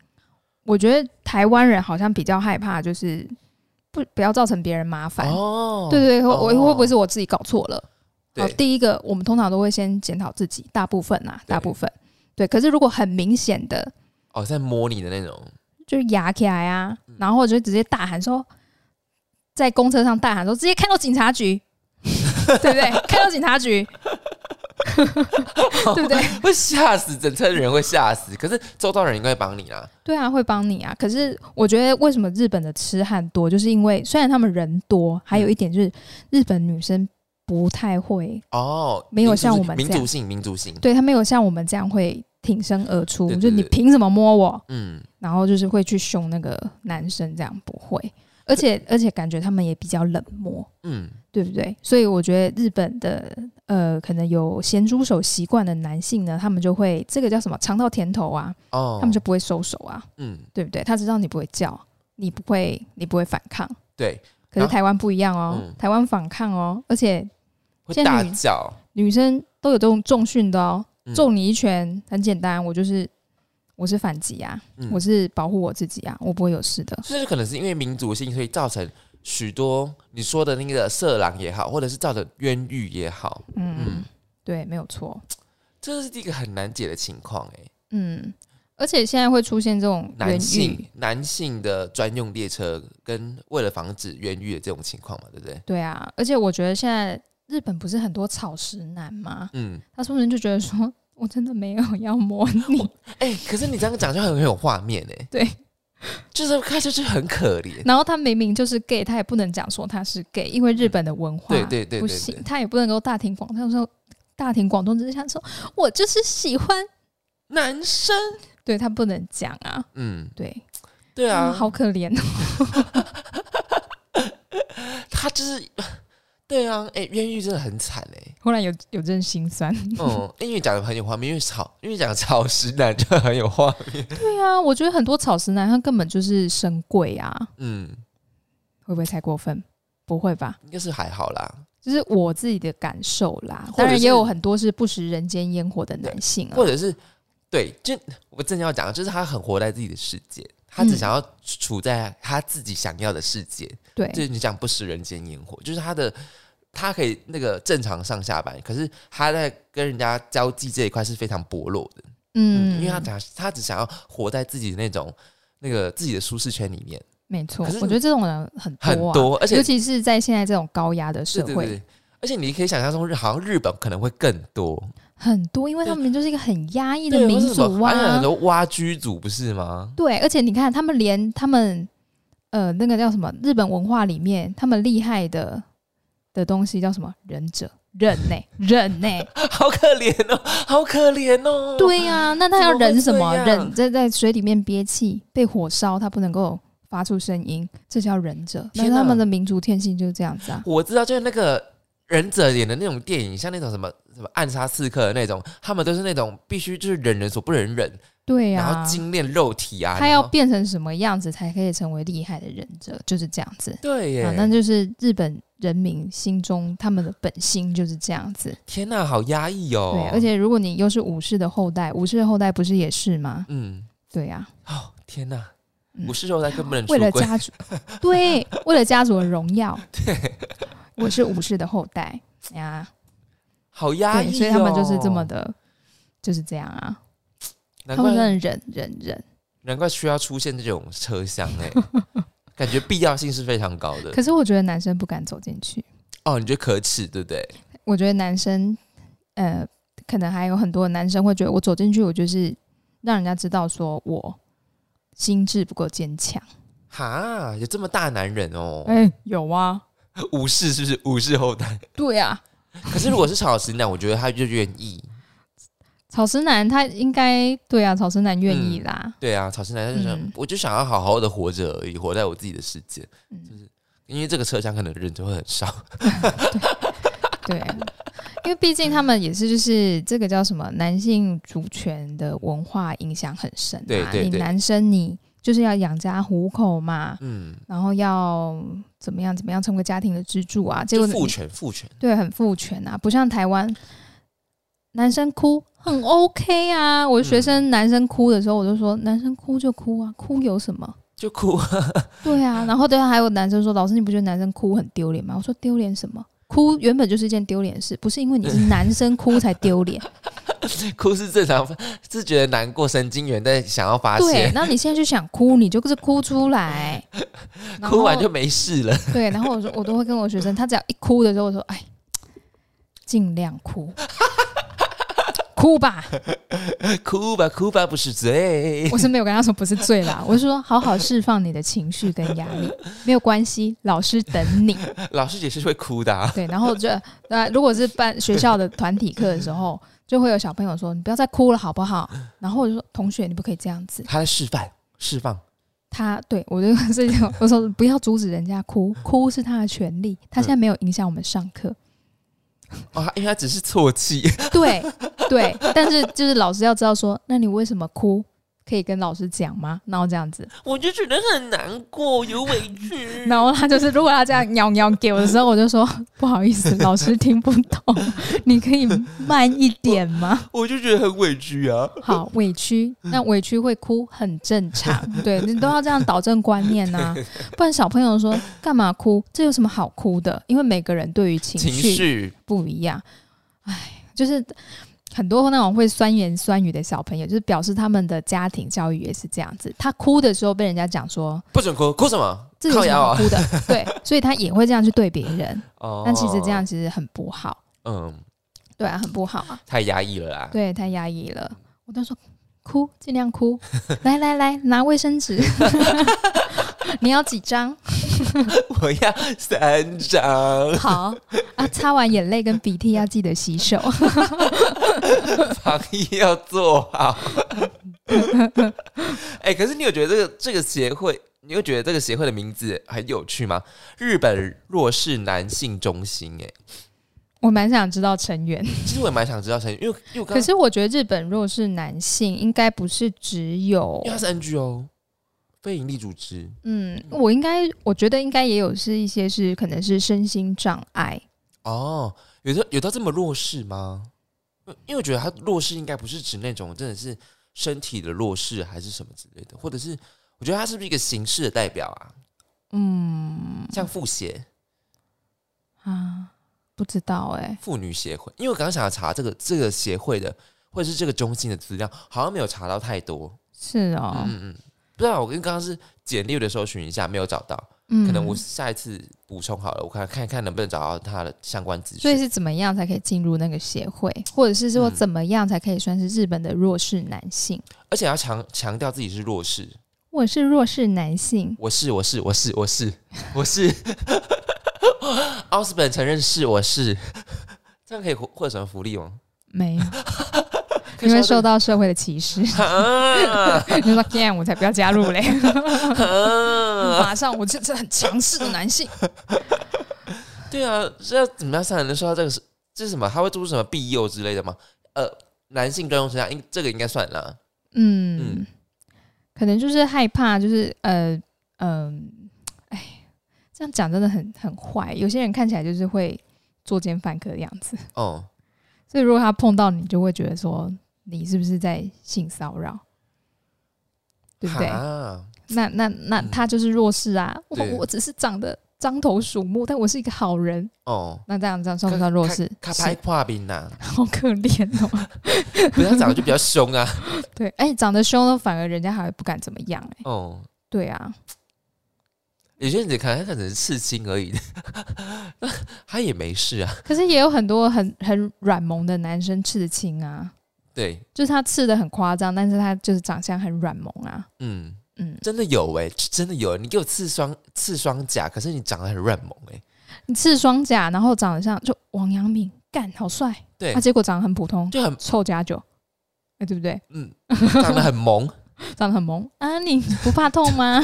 Speaker 1: 我觉得台湾人好像比较害怕，就是不不要造成别人麻烦。
Speaker 2: 哦，
Speaker 1: 对对，对我、
Speaker 2: 哦
Speaker 1: 我会不会是我自己搞错了？好，
Speaker 2: 对
Speaker 1: 哦第一个我们通常都会先检讨自己，大部分啊，
Speaker 2: 对
Speaker 1: 大部分对。可是如果很明显的
Speaker 2: 哦，在摸你的那种，
Speaker 1: 就是压起来啊，
Speaker 2: 嗯
Speaker 1: 然后我就直接大喊说，在公车上大喊说，直接开到警察局， 对不对？开到警察 局，对不对？
Speaker 2: 会吓死，整车的人会吓死。可是周遭人应该会帮你啦，
Speaker 1: 对啊，会帮你啊。可是我觉得为什么日本的痴汉多，就是因为虽然他们人多，还
Speaker 2: 嗯
Speaker 1: 有一点就是日本女生不太会
Speaker 2: 哦，
Speaker 1: 没有
Speaker 2: 民族
Speaker 1: 像我们
Speaker 2: 民
Speaker 1: 这样
Speaker 2: 族性，民族性，
Speaker 1: 对他没有像我们这样会挺身而出，
Speaker 2: 对对
Speaker 1: 就你
Speaker 2: 对
Speaker 1: 凭什么摸我？
Speaker 2: 嗯，
Speaker 1: 然后就是会去凶那个男生，这样不会。而且而且感觉他们也比较冷漠，
Speaker 2: 嗯，
Speaker 1: 对不对？所以我觉得日本的呃，可能有咸猪手习惯的男性呢，他们就会这个叫什么尝到甜头啊，
Speaker 2: 哦，
Speaker 1: 他们就不会收手啊，
Speaker 2: 嗯，
Speaker 1: 对不对？他知道你不会叫，你不会你不会反抗，
Speaker 2: 对，
Speaker 1: 可是
Speaker 2: 然后
Speaker 1: 台湾不一样哦，
Speaker 2: 啊嗯
Speaker 1: 台湾反抗哦，而且
Speaker 2: 会
Speaker 1: 现在
Speaker 2: 大
Speaker 1: 女
Speaker 2: 叫，
Speaker 1: 女生都有这种重训的哦，
Speaker 2: 嗯
Speaker 1: 揍你一拳很简单，我就是我是反击啊，
Speaker 2: 嗯
Speaker 1: 我是保护我自己啊，我不会有事的。
Speaker 2: 甚至可能是因为民族性，所以造成许多你说的那个色狼也好，或者是造成冤狱也好，
Speaker 1: 嗯
Speaker 2: 嗯
Speaker 1: 对，没有错。
Speaker 2: 这是一个很难解的情况哎、
Speaker 1: 嗯，而且现在会出现这种
Speaker 2: 男
Speaker 1: 原狱
Speaker 2: 性，男性的专用列车跟为了防止冤狱的这种情况嘛，对不对？
Speaker 1: 对啊，而且我觉得现在日本不是很多草食男吗？
Speaker 2: 嗯，
Speaker 1: 他说不定就觉得说我真的没有要摸 你，
Speaker 2: 哎、可是你这样讲就很很有画面哎、
Speaker 1: 对，
Speaker 2: 就是看上去很可怜，
Speaker 1: 然后他明明就是 gay，他也不能讲说他是 gay，因为日本的文化
Speaker 2: 对对对
Speaker 1: 不
Speaker 2: 对
Speaker 1: 行，
Speaker 2: 对，
Speaker 1: 他也不能够大庭广众说大庭广众之下说我就是喜欢，
Speaker 2: 男生，
Speaker 1: 对他不能讲啊，
Speaker 2: 嗯，
Speaker 1: 对
Speaker 2: 对啊，
Speaker 1: 好可怜哦，
Speaker 2: 他就是， 对啊，哎、冤狱真的很惨 哎、
Speaker 1: 忽然有有阵心酸。
Speaker 2: 嗯，因为讲的很有画面，因为草，因为讲草食男就很有画面。
Speaker 1: 对啊，我觉得很多草食男他根本就是神贵啊，
Speaker 2: 嗯，
Speaker 1: 会不会太过分？不会吧？
Speaker 2: 应该是还好啦。
Speaker 1: 就是我自己的感受啦，
Speaker 2: 或者是
Speaker 1: 当然也有很多是不食人间烟火的男性啊
Speaker 2: 或，者是对，就我正要讲，就是他很活在自己的世界，他只
Speaker 1: 嗯
Speaker 2: 想要处在他自己想要的世界。
Speaker 1: 对
Speaker 2: 就是你讲不食人间烟火，就是他的他可以那个正常上下班，可是他在跟人家交际这一块是非常薄弱的。嗯，
Speaker 1: 嗯，
Speaker 2: 因为他想他只想要活在自己的那种那个自己的舒适圈里面，
Speaker 1: 没错，
Speaker 2: 可是
Speaker 1: 我觉得这种人很多、啊，
Speaker 2: 很多，而且
Speaker 1: 尤其是在现在这种高压的社
Speaker 2: 对
Speaker 1: 会，
Speaker 2: 对对，而且你可以想象中，好像日本可能会更多。
Speaker 1: 很多，因为他们就是一个很压抑的民
Speaker 2: 或是什
Speaker 1: 族
Speaker 2: 么还有
Speaker 1: 啊
Speaker 2: 很，多挖居族不是吗？
Speaker 1: 对，而且你看，他们连他们呃那个叫什么日本文化里面，他们厉害的的东西叫什么忍者。忍呢、忍呢、
Speaker 2: 好可怜哦，好可怜哦。，
Speaker 1: 对呀、 那他要忍什么？
Speaker 2: 怎么会这样
Speaker 1: 忍在在水里面憋气，被火烧，他不能够发出声音，这叫忍者。但
Speaker 2: 天哪
Speaker 1: 是他们的民族天性就是这样子啊。
Speaker 2: 我知道，就是那个忍者演的那种电影，像那种什么什么暗杀刺客的那种，他们都是那种必须就是忍人所不能忍，
Speaker 1: 对呀、
Speaker 2: 然后精炼肉体啊。
Speaker 1: 他
Speaker 2: 然
Speaker 1: 要
Speaker 2: 后
Speaker 1: 变成什么样子才可以成为厉害的忍者，就是这样子。
Speaker 2: 对耶，
Speaker 1: 啊，那就是日本人民心中他们的本心就是这样子。
Speaker 2: 天哪，好压抑哦。
Speaker 1: 对，而且如果你又是武士的后代，武士的后代不是也是吗？
Speaker 2: 嗯，
Speaker 1: 对呀、
Speaker 2: 哦天哪，
Speaker 1: 嗯
Speaker 2: 武士肉才更不能出
Speaker 1: 为了
Speaker 2: 轨。
Speaker 1: 家族，对，为了家族的荣 耀，我是武士的后代呀，
Speaker 2: 好压抑、
Speaker 1: 对，
Speaker 2: 哦，
Speaker 1: 所以他们就是这么，的，就是这样啊，
Speaker 2: 难
Speaker 1: 他们
Speaker 2: 怪
Speaker 1: 真的忍忍忍。
Speaker 2: 难怪需要出现这种车厢 哎、感觉必要性是非常高的
Speaker 1: 可。是我觉得男生不敢走进去，
Speaker 2: 哦，你觉得可耻对不对？
Speaker 1: 我觉得男生，呃，可能还有很多男生会觉得我走进去，我就是让人家知道说我心智不够坚强。
Speaker 2: 哈，有这么大男人哦，
Speaker 1: 哎、有啊，
Speaker 2: 武士是不是武士后代？
Speaker 1: 对啊，
Speaker 2: 可是如果是草食男，我觉得他就愿意。
Speaker 1: 草食男他应该对啊，草食男愿意啦。
Speaker 2: 对啊，草食男他就想，
Speaker 1: 嗯
Speaker 2: 我就想要好好的活着而已，活在我自己的世界。
Speaker 1: 嗯
Speaker 2: 因为这个车厢可能人就会很少，
Speaker 1: 对，因为毕竟他们也是就是这个叫什么男性主权的文化影响很深、啊。
Speaker 2: 对对
Speaker 1: 你
Speaker 2: 对
Speaker 1: 男生你就是要养家糊口嘛，
Speaker 2: 嗯，
Speaker 1: 然后要怎么样怎么样成为家庭的支柱啊，结
Speaker 2: 就
Speaker 1: 果
Speaker 2: 父
Speaker 1: 你
Speaker 2: 权父权，
Speaker 1: 对，很父权啊，不像台湾男生哭很 OK 啊。我
Speaker 2: 嗯
Speaker 1: 学生男生哭的时候，我就说男生哭就哭啊，哭有什么？
Speaker 2: 就哭，
Speaker 1: 对啊，然后对啊，还有男生说老师你不觉得男生哭很丢脸吗？我说丢脸什么？哭原本就是一件丢脸的事，不是因为你是男生哭才丢 脸。
Speaker 2: 哭是正常， 是觉得难过，神经元在想要发
Speaker 1: 对
Speaker 2: 泄，，
Speaker 1: 那你现在就想哭，你就是哭出来，然后
Speaker 2: 哭完就没事了。
Speaker 1: 对。然后我说，我都会跟我学生，他只要一哭的时候，我说，哎，尽量哭， 哭吧，
Speaker 2: 哭吧，哭吧，不是罪。
Speaker 1: 我是没有跟他说不是罪啦，我是说好好释放你的情绪跟压力，没有关系，老师等你。
Speaker 2: 老师也是会哭的、 啊。
Speaker 1: 对，然后就呃，如果是办学校的团体课的时候，就会有小朋友说你不要再哭了好不好？然后我就说同学你不可以这样子，
Speaker 2: 他在示范，释放，
Speaker 1: 他对我就是我说不要阻止人家哭， 哭是他的权利，他现在没有影响我们上课。
Speaker 2: 哦，他因为他只是啜泣，
Speaker 1: 对对，但是就是老师要知道说，那你为什么哭？可以跟老师讲吗？然后这样子，
Speaker 2: 我就觉得很难过，有委 屈。
Speaker 1: 然后他就是如果他这样喵喵给我的时候，我就说不好意思，老师听不懂，你可以慢一点吗？
Speaker 2: 我就觉得很委屈啊。
Speaker 1: 好，委屈，
Speaker 2: 嗯
Speaker 1: 那委屈会哭很正 常，对你都要这样导正观念呐、不然小朋友说干嘛哭？这有什么好哭的？因为每个人对于情
Speaker 2: 情
Speaker 1: 绪
Speaker 2: 绪
Speaker 1: 不一样，哎，就是很多那种会酸言酸语的小朋友，就是表示他们的家庭教育也是这样子，他哭的时候被人家讲说
Speaker 2: 不准哭，哭什么？
Speaker 1: 这有
Speaker 2: 靠
Speaker 1: 什
Speaker 2: 腰
Speaker 1: 么好
Speaker 2: 啊！
Speaker 1: 哭的， 对，所以他也会这样去对别人，
Speaker 2: 哦
Speaker 1: 但其实这样，其实很不好，
Speaker 2: 嗯，
Speaker 1: 对啊，很不好啊。
Speaker 2: 太压抑了啦。
Speaker 1: 对，太压抑了。我都说哭，尽量哭。 来来来，拿卫生 纸。 你要几张？
Speaker 2: 我要三张，
Speaker 1: 好啊，擦完眼泪跟鼻涕要记得洗手。
Speaker 2: 防疫要做好。 哎、可是你有觉得这个这个协会，你有觉得这个协会的名字很有趣吗？日本弱势男性中心、哎，
Speaker 1: 我蛮想知道成员，
Speaker 2: 其实我也蛮想知道成员，因为因为我刚
Speaker 1: 可是我觉得日本若是男性，应该不是只有
Speaker 2: 因为它是 NGO 非营利组织
Speaker 1: 嗯，我应该我觉得应该也有是一些是可能是身心障碍，
Speaker 2: 哦，有的有到这么弱势吗？因为我觉得他弱势应该不是指那种真的是身体的弱势还是什么之类的，或者是我觉得他是不是一个形式的代表啊？
Speaker 1: 嗯
Speaker 2: 像妇协、
Speaker 1: 啊，不知道哎、
Speaker 2: 妇女协会，因为我刚刚想要查这个这个协会的或者是这个中心的资料，好像没有查到太多。
Speaker 1: 是哦，
Speaker 2: 嗯嗯嗯，不知道我跟刚刚是简历的搜寻一下，没有找到，
Speaker 1: 嗯，
Speaker 2: 可能我下一次补充好了，我看看看能不能找到他的相关资
Speaker 1: 所以
Speaker 2: 讯。
Speaker 1: 是怎么样才可以进入那个协会，或者是说
Speaker 2: 嗯
Speaker 1: 怎么样才可以算是日本的弱势男性？
Speaker 2: 而且要强强调自己是弱势，
Speaker 1: 我是弱势男性，
Speaker 2: 我是我是我是我是我是，奥斯本承认是我是，这样可以获获得什么福利吗？
Speaker 1: 没有，
Speaker 2: 可以
Speaker 1: 因为
Speaker 2: 收
Speaker 1: 受
Speaker 2: 到
Speaker 1: 到社会的歧视。
Speaker 2: 啊
Speaker 1: 你 说 g a 我才不要加入嘞！
Speaker 2: 啊！
Speaker 1: 马上我就是很强势的男性，
Speaker 2: 对啊，这要怎么样才能说到这个是这是什么？他会做出什么庇佑之类的吗？呃，男性专用车辆应这个应该算啦。
Speaker 1: 嗯，可能就是害怕，就是呃嗯，哎、这样讲真的很很坏。有些人看起来就是会作奸犯科的样子，
Speaker 2: 哦、
Speaker 1: 所以如果他碰到你，就会觉得说你是不是在性骚扰，对不对？
Speaker 2: 啊，
Speaker 1: 那那那
Speaker 2: 嗯
Speaker 1: 他就是弱势啊！我
Speaker 2: 对
Speaker 1: 我只是长得獐头鼠目，但我是一个好人。
Speaker 2: 哦，
Speaker 1: 那这样这样算不算弱势？
Speaker 2: 他拍
Speaker 1: 是啊
Speaker 2: 跨兵呐，
Speaker 1: 好可怜哦。
Speaker 2: 不是他长得就比较凶啊。
Speaker 1: 对，哎、长得凶了，反而人家还不敢怎么样、哎，
Speaker 2: 哦，
Speaker 1: 对啊，
Speaker 2: 有些人只看他可能是刺青而已， 他也没事啊。
Speaker 1: 可是也有很多很很软萌的男生刺青啊，
Speaker 2: 对，
Speaker 1: 就是他刺的很夸张，但是他就是长相很软萌啊。
Speaker 2: 嗯，
Speaker 1: 嗯，
Speaker 2: 真的有哎、真的有、你给我刺双刺双甲，可是你长得很软萌哎、
Speaker 1: 你刺双甲，然后长得像就王阳明，干好帅，
Speaker 2: 对
Speaker 1: 啊他、，结果长得很普通，
Speaker 2: 就很
Speaker 1: 臭加九，哎、对不对？
Speaker 2: 嗯，长得很萌，
Speaker 1: 长得很萌啊，你不怕痛 吗？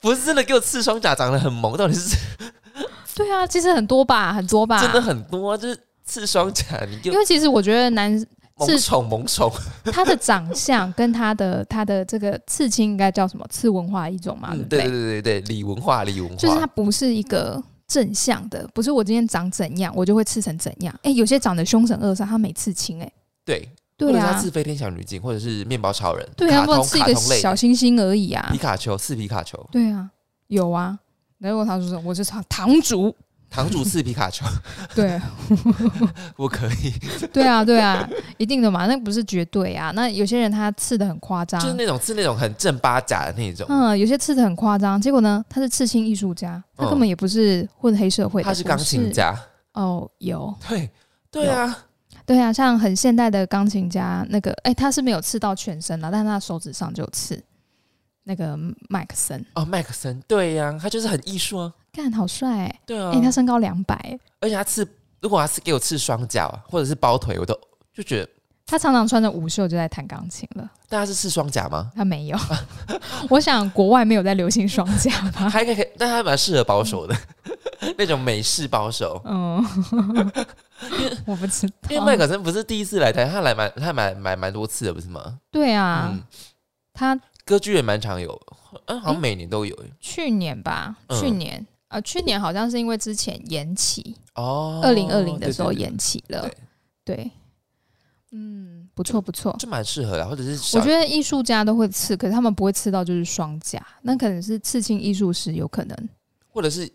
Speaker 2: 不是真的给我刺双甲，长得很萌，到底是
Speaker 1: 对啊，其实很多吧，很多吧，
Speaker 2: 真的很多、啊，就是刺双甲，你就
Speaker 1: 因为其实我觉得男
Speaker 2: 萌宠萌宠，
Speaker 1: 他的长相跟他的他的这个刺青应该叫什么刺文化一种嘛，
Speaker 2: 嗯，
Speaker 1: 不
Speaker 2: 对对对对对，李文化李文化，
Speaker 1: 啊就是他不是一个正向的，不是我今天长怎样，我就会刺成怎样。哎、有些长得凶神恶煞，他没刺青、哎，
Speaker 2: 对，或
Speaker 1: 对
Speaker 2: 者是他
Speaker 1: 啊
Speaker 2: 刺，飞天小女警，或者是面包超人，
Speaker 1: 对啊，
Speaker 2: 卡
Speaker 1: 不能
Speaker 2: 通
Speaker 1: 刺一
Speaker 2: 卡
Speaker 1: 个
Speaker 2: 通类
Speaker 1: 小
Speaker 2: 的
Speaker 1: 星星而已啊
Speaker 2: 皮，卡丘刺皮卡丘，
Speaker 1: 对啊，有啊。然后他就说我是堂堂主，
Speaker 2: 堂主刺皮 卡丘，
Speaker 1: 对
Speaker 2: 我可以，
Speaker 1: 对啊对啊，一定的嘛，那不是绝对啊。那有些人他刺的很夸张，
Speaker 2: 就是那种刺那种很正八甲的那种，
Speaker 1: 啊嗯，有些刺的很夸张，结果呢，他是刺青艺术家，他根本也不是混黑社会的，
Speaker 2: 嗯他是钢
Speaker 1: 不
Speaker 2: 琴
Speaker 1: 是
Speaker 2: 家，
Speaker 1: 哦，有
Speaker 2: 对对啊，
Speaker 1: 对啊，像很现代的钢琴家，那个哎、他是没有刺到全身啦，啊但是他手指上就有刺。那个麦克森，
Speaker 2: 哦，麦克森，对呀、他就是很艺术啊。
Speaker 1: 干好帅哎、欸
Speaker 2: 对啊，
Speaker 1: 他身高两百、欸，
Speaker 2: 而且他刺，如果他是给我刺双脚啊，或者是包腿，我都就觉得
Speaker 1: 他常常穿着无袖就在弹钢琴了。
Speaker 2: 那他是刺双甲吗？
Speaker 1: 他没有， 我想国外没有在流行双甲吧？
Speaker 2: 还可以可以，但他蛮适合保守的， 那种美式保守。
Speaker 1: 嗯，我不知
Speaker 2: 因为麦
Speaker 1: 道。
Speaker 2: 卡森不是第一次来台，他来蛮他买买蛮多次的，不是吗？
Speaker 1: 对啊，
Speaker 2: 嗯，
Speaker 1: 他
Speaker 2: 歌剧也蛮常有，嗯，好像每年都有耶。
Speaker 1: 去年吧，
Speaker 2: 嗯
Speaker 1: 去年啊、呃去年好像是因为之前延期，
Speaker 2: 哦，
Speaker 1: 二零二零的
Speaker 2: 对
Speaker 1: 时候
Speaker 2: 对对
Speaker 1: 延期了。对，嗯，不错不错。
Speaker 2: 就蛮适合的，或者是
Speaker 1: 我
Speaker 2: 小
Speaker 1: 觉得艺术家都会刺，可是他们不会刺到就是双甲，那可能是刺青艺术师有可能。
Speaker 2: 或者是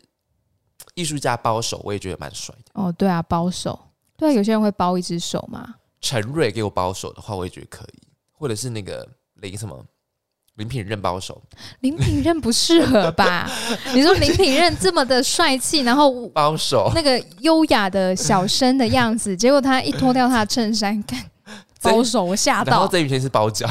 Speaker 2: 艺术家包手，我也觉得蛮帅的。
Speaker 1: 哦，对啊，包手，对啊，有些人会包一只手嘛。
Speaker 2: 陈瑞给我包手的话，我也觉得可以，或者是那个林什么林品任包手，
Speaker 1: 林品任不适合 吧？你说林品任这么的帅气，然后
Speaker 2: 包手
Speaker 1: 那个优雅的小生的样 子，结果他一脱掉他的衬衫，看
Speaker 2: 这
Speaker 1: 包手，我吓
Speaker 2: 然后
Speaker 1: 到，
Speaker 2: 这宇轩是包脚，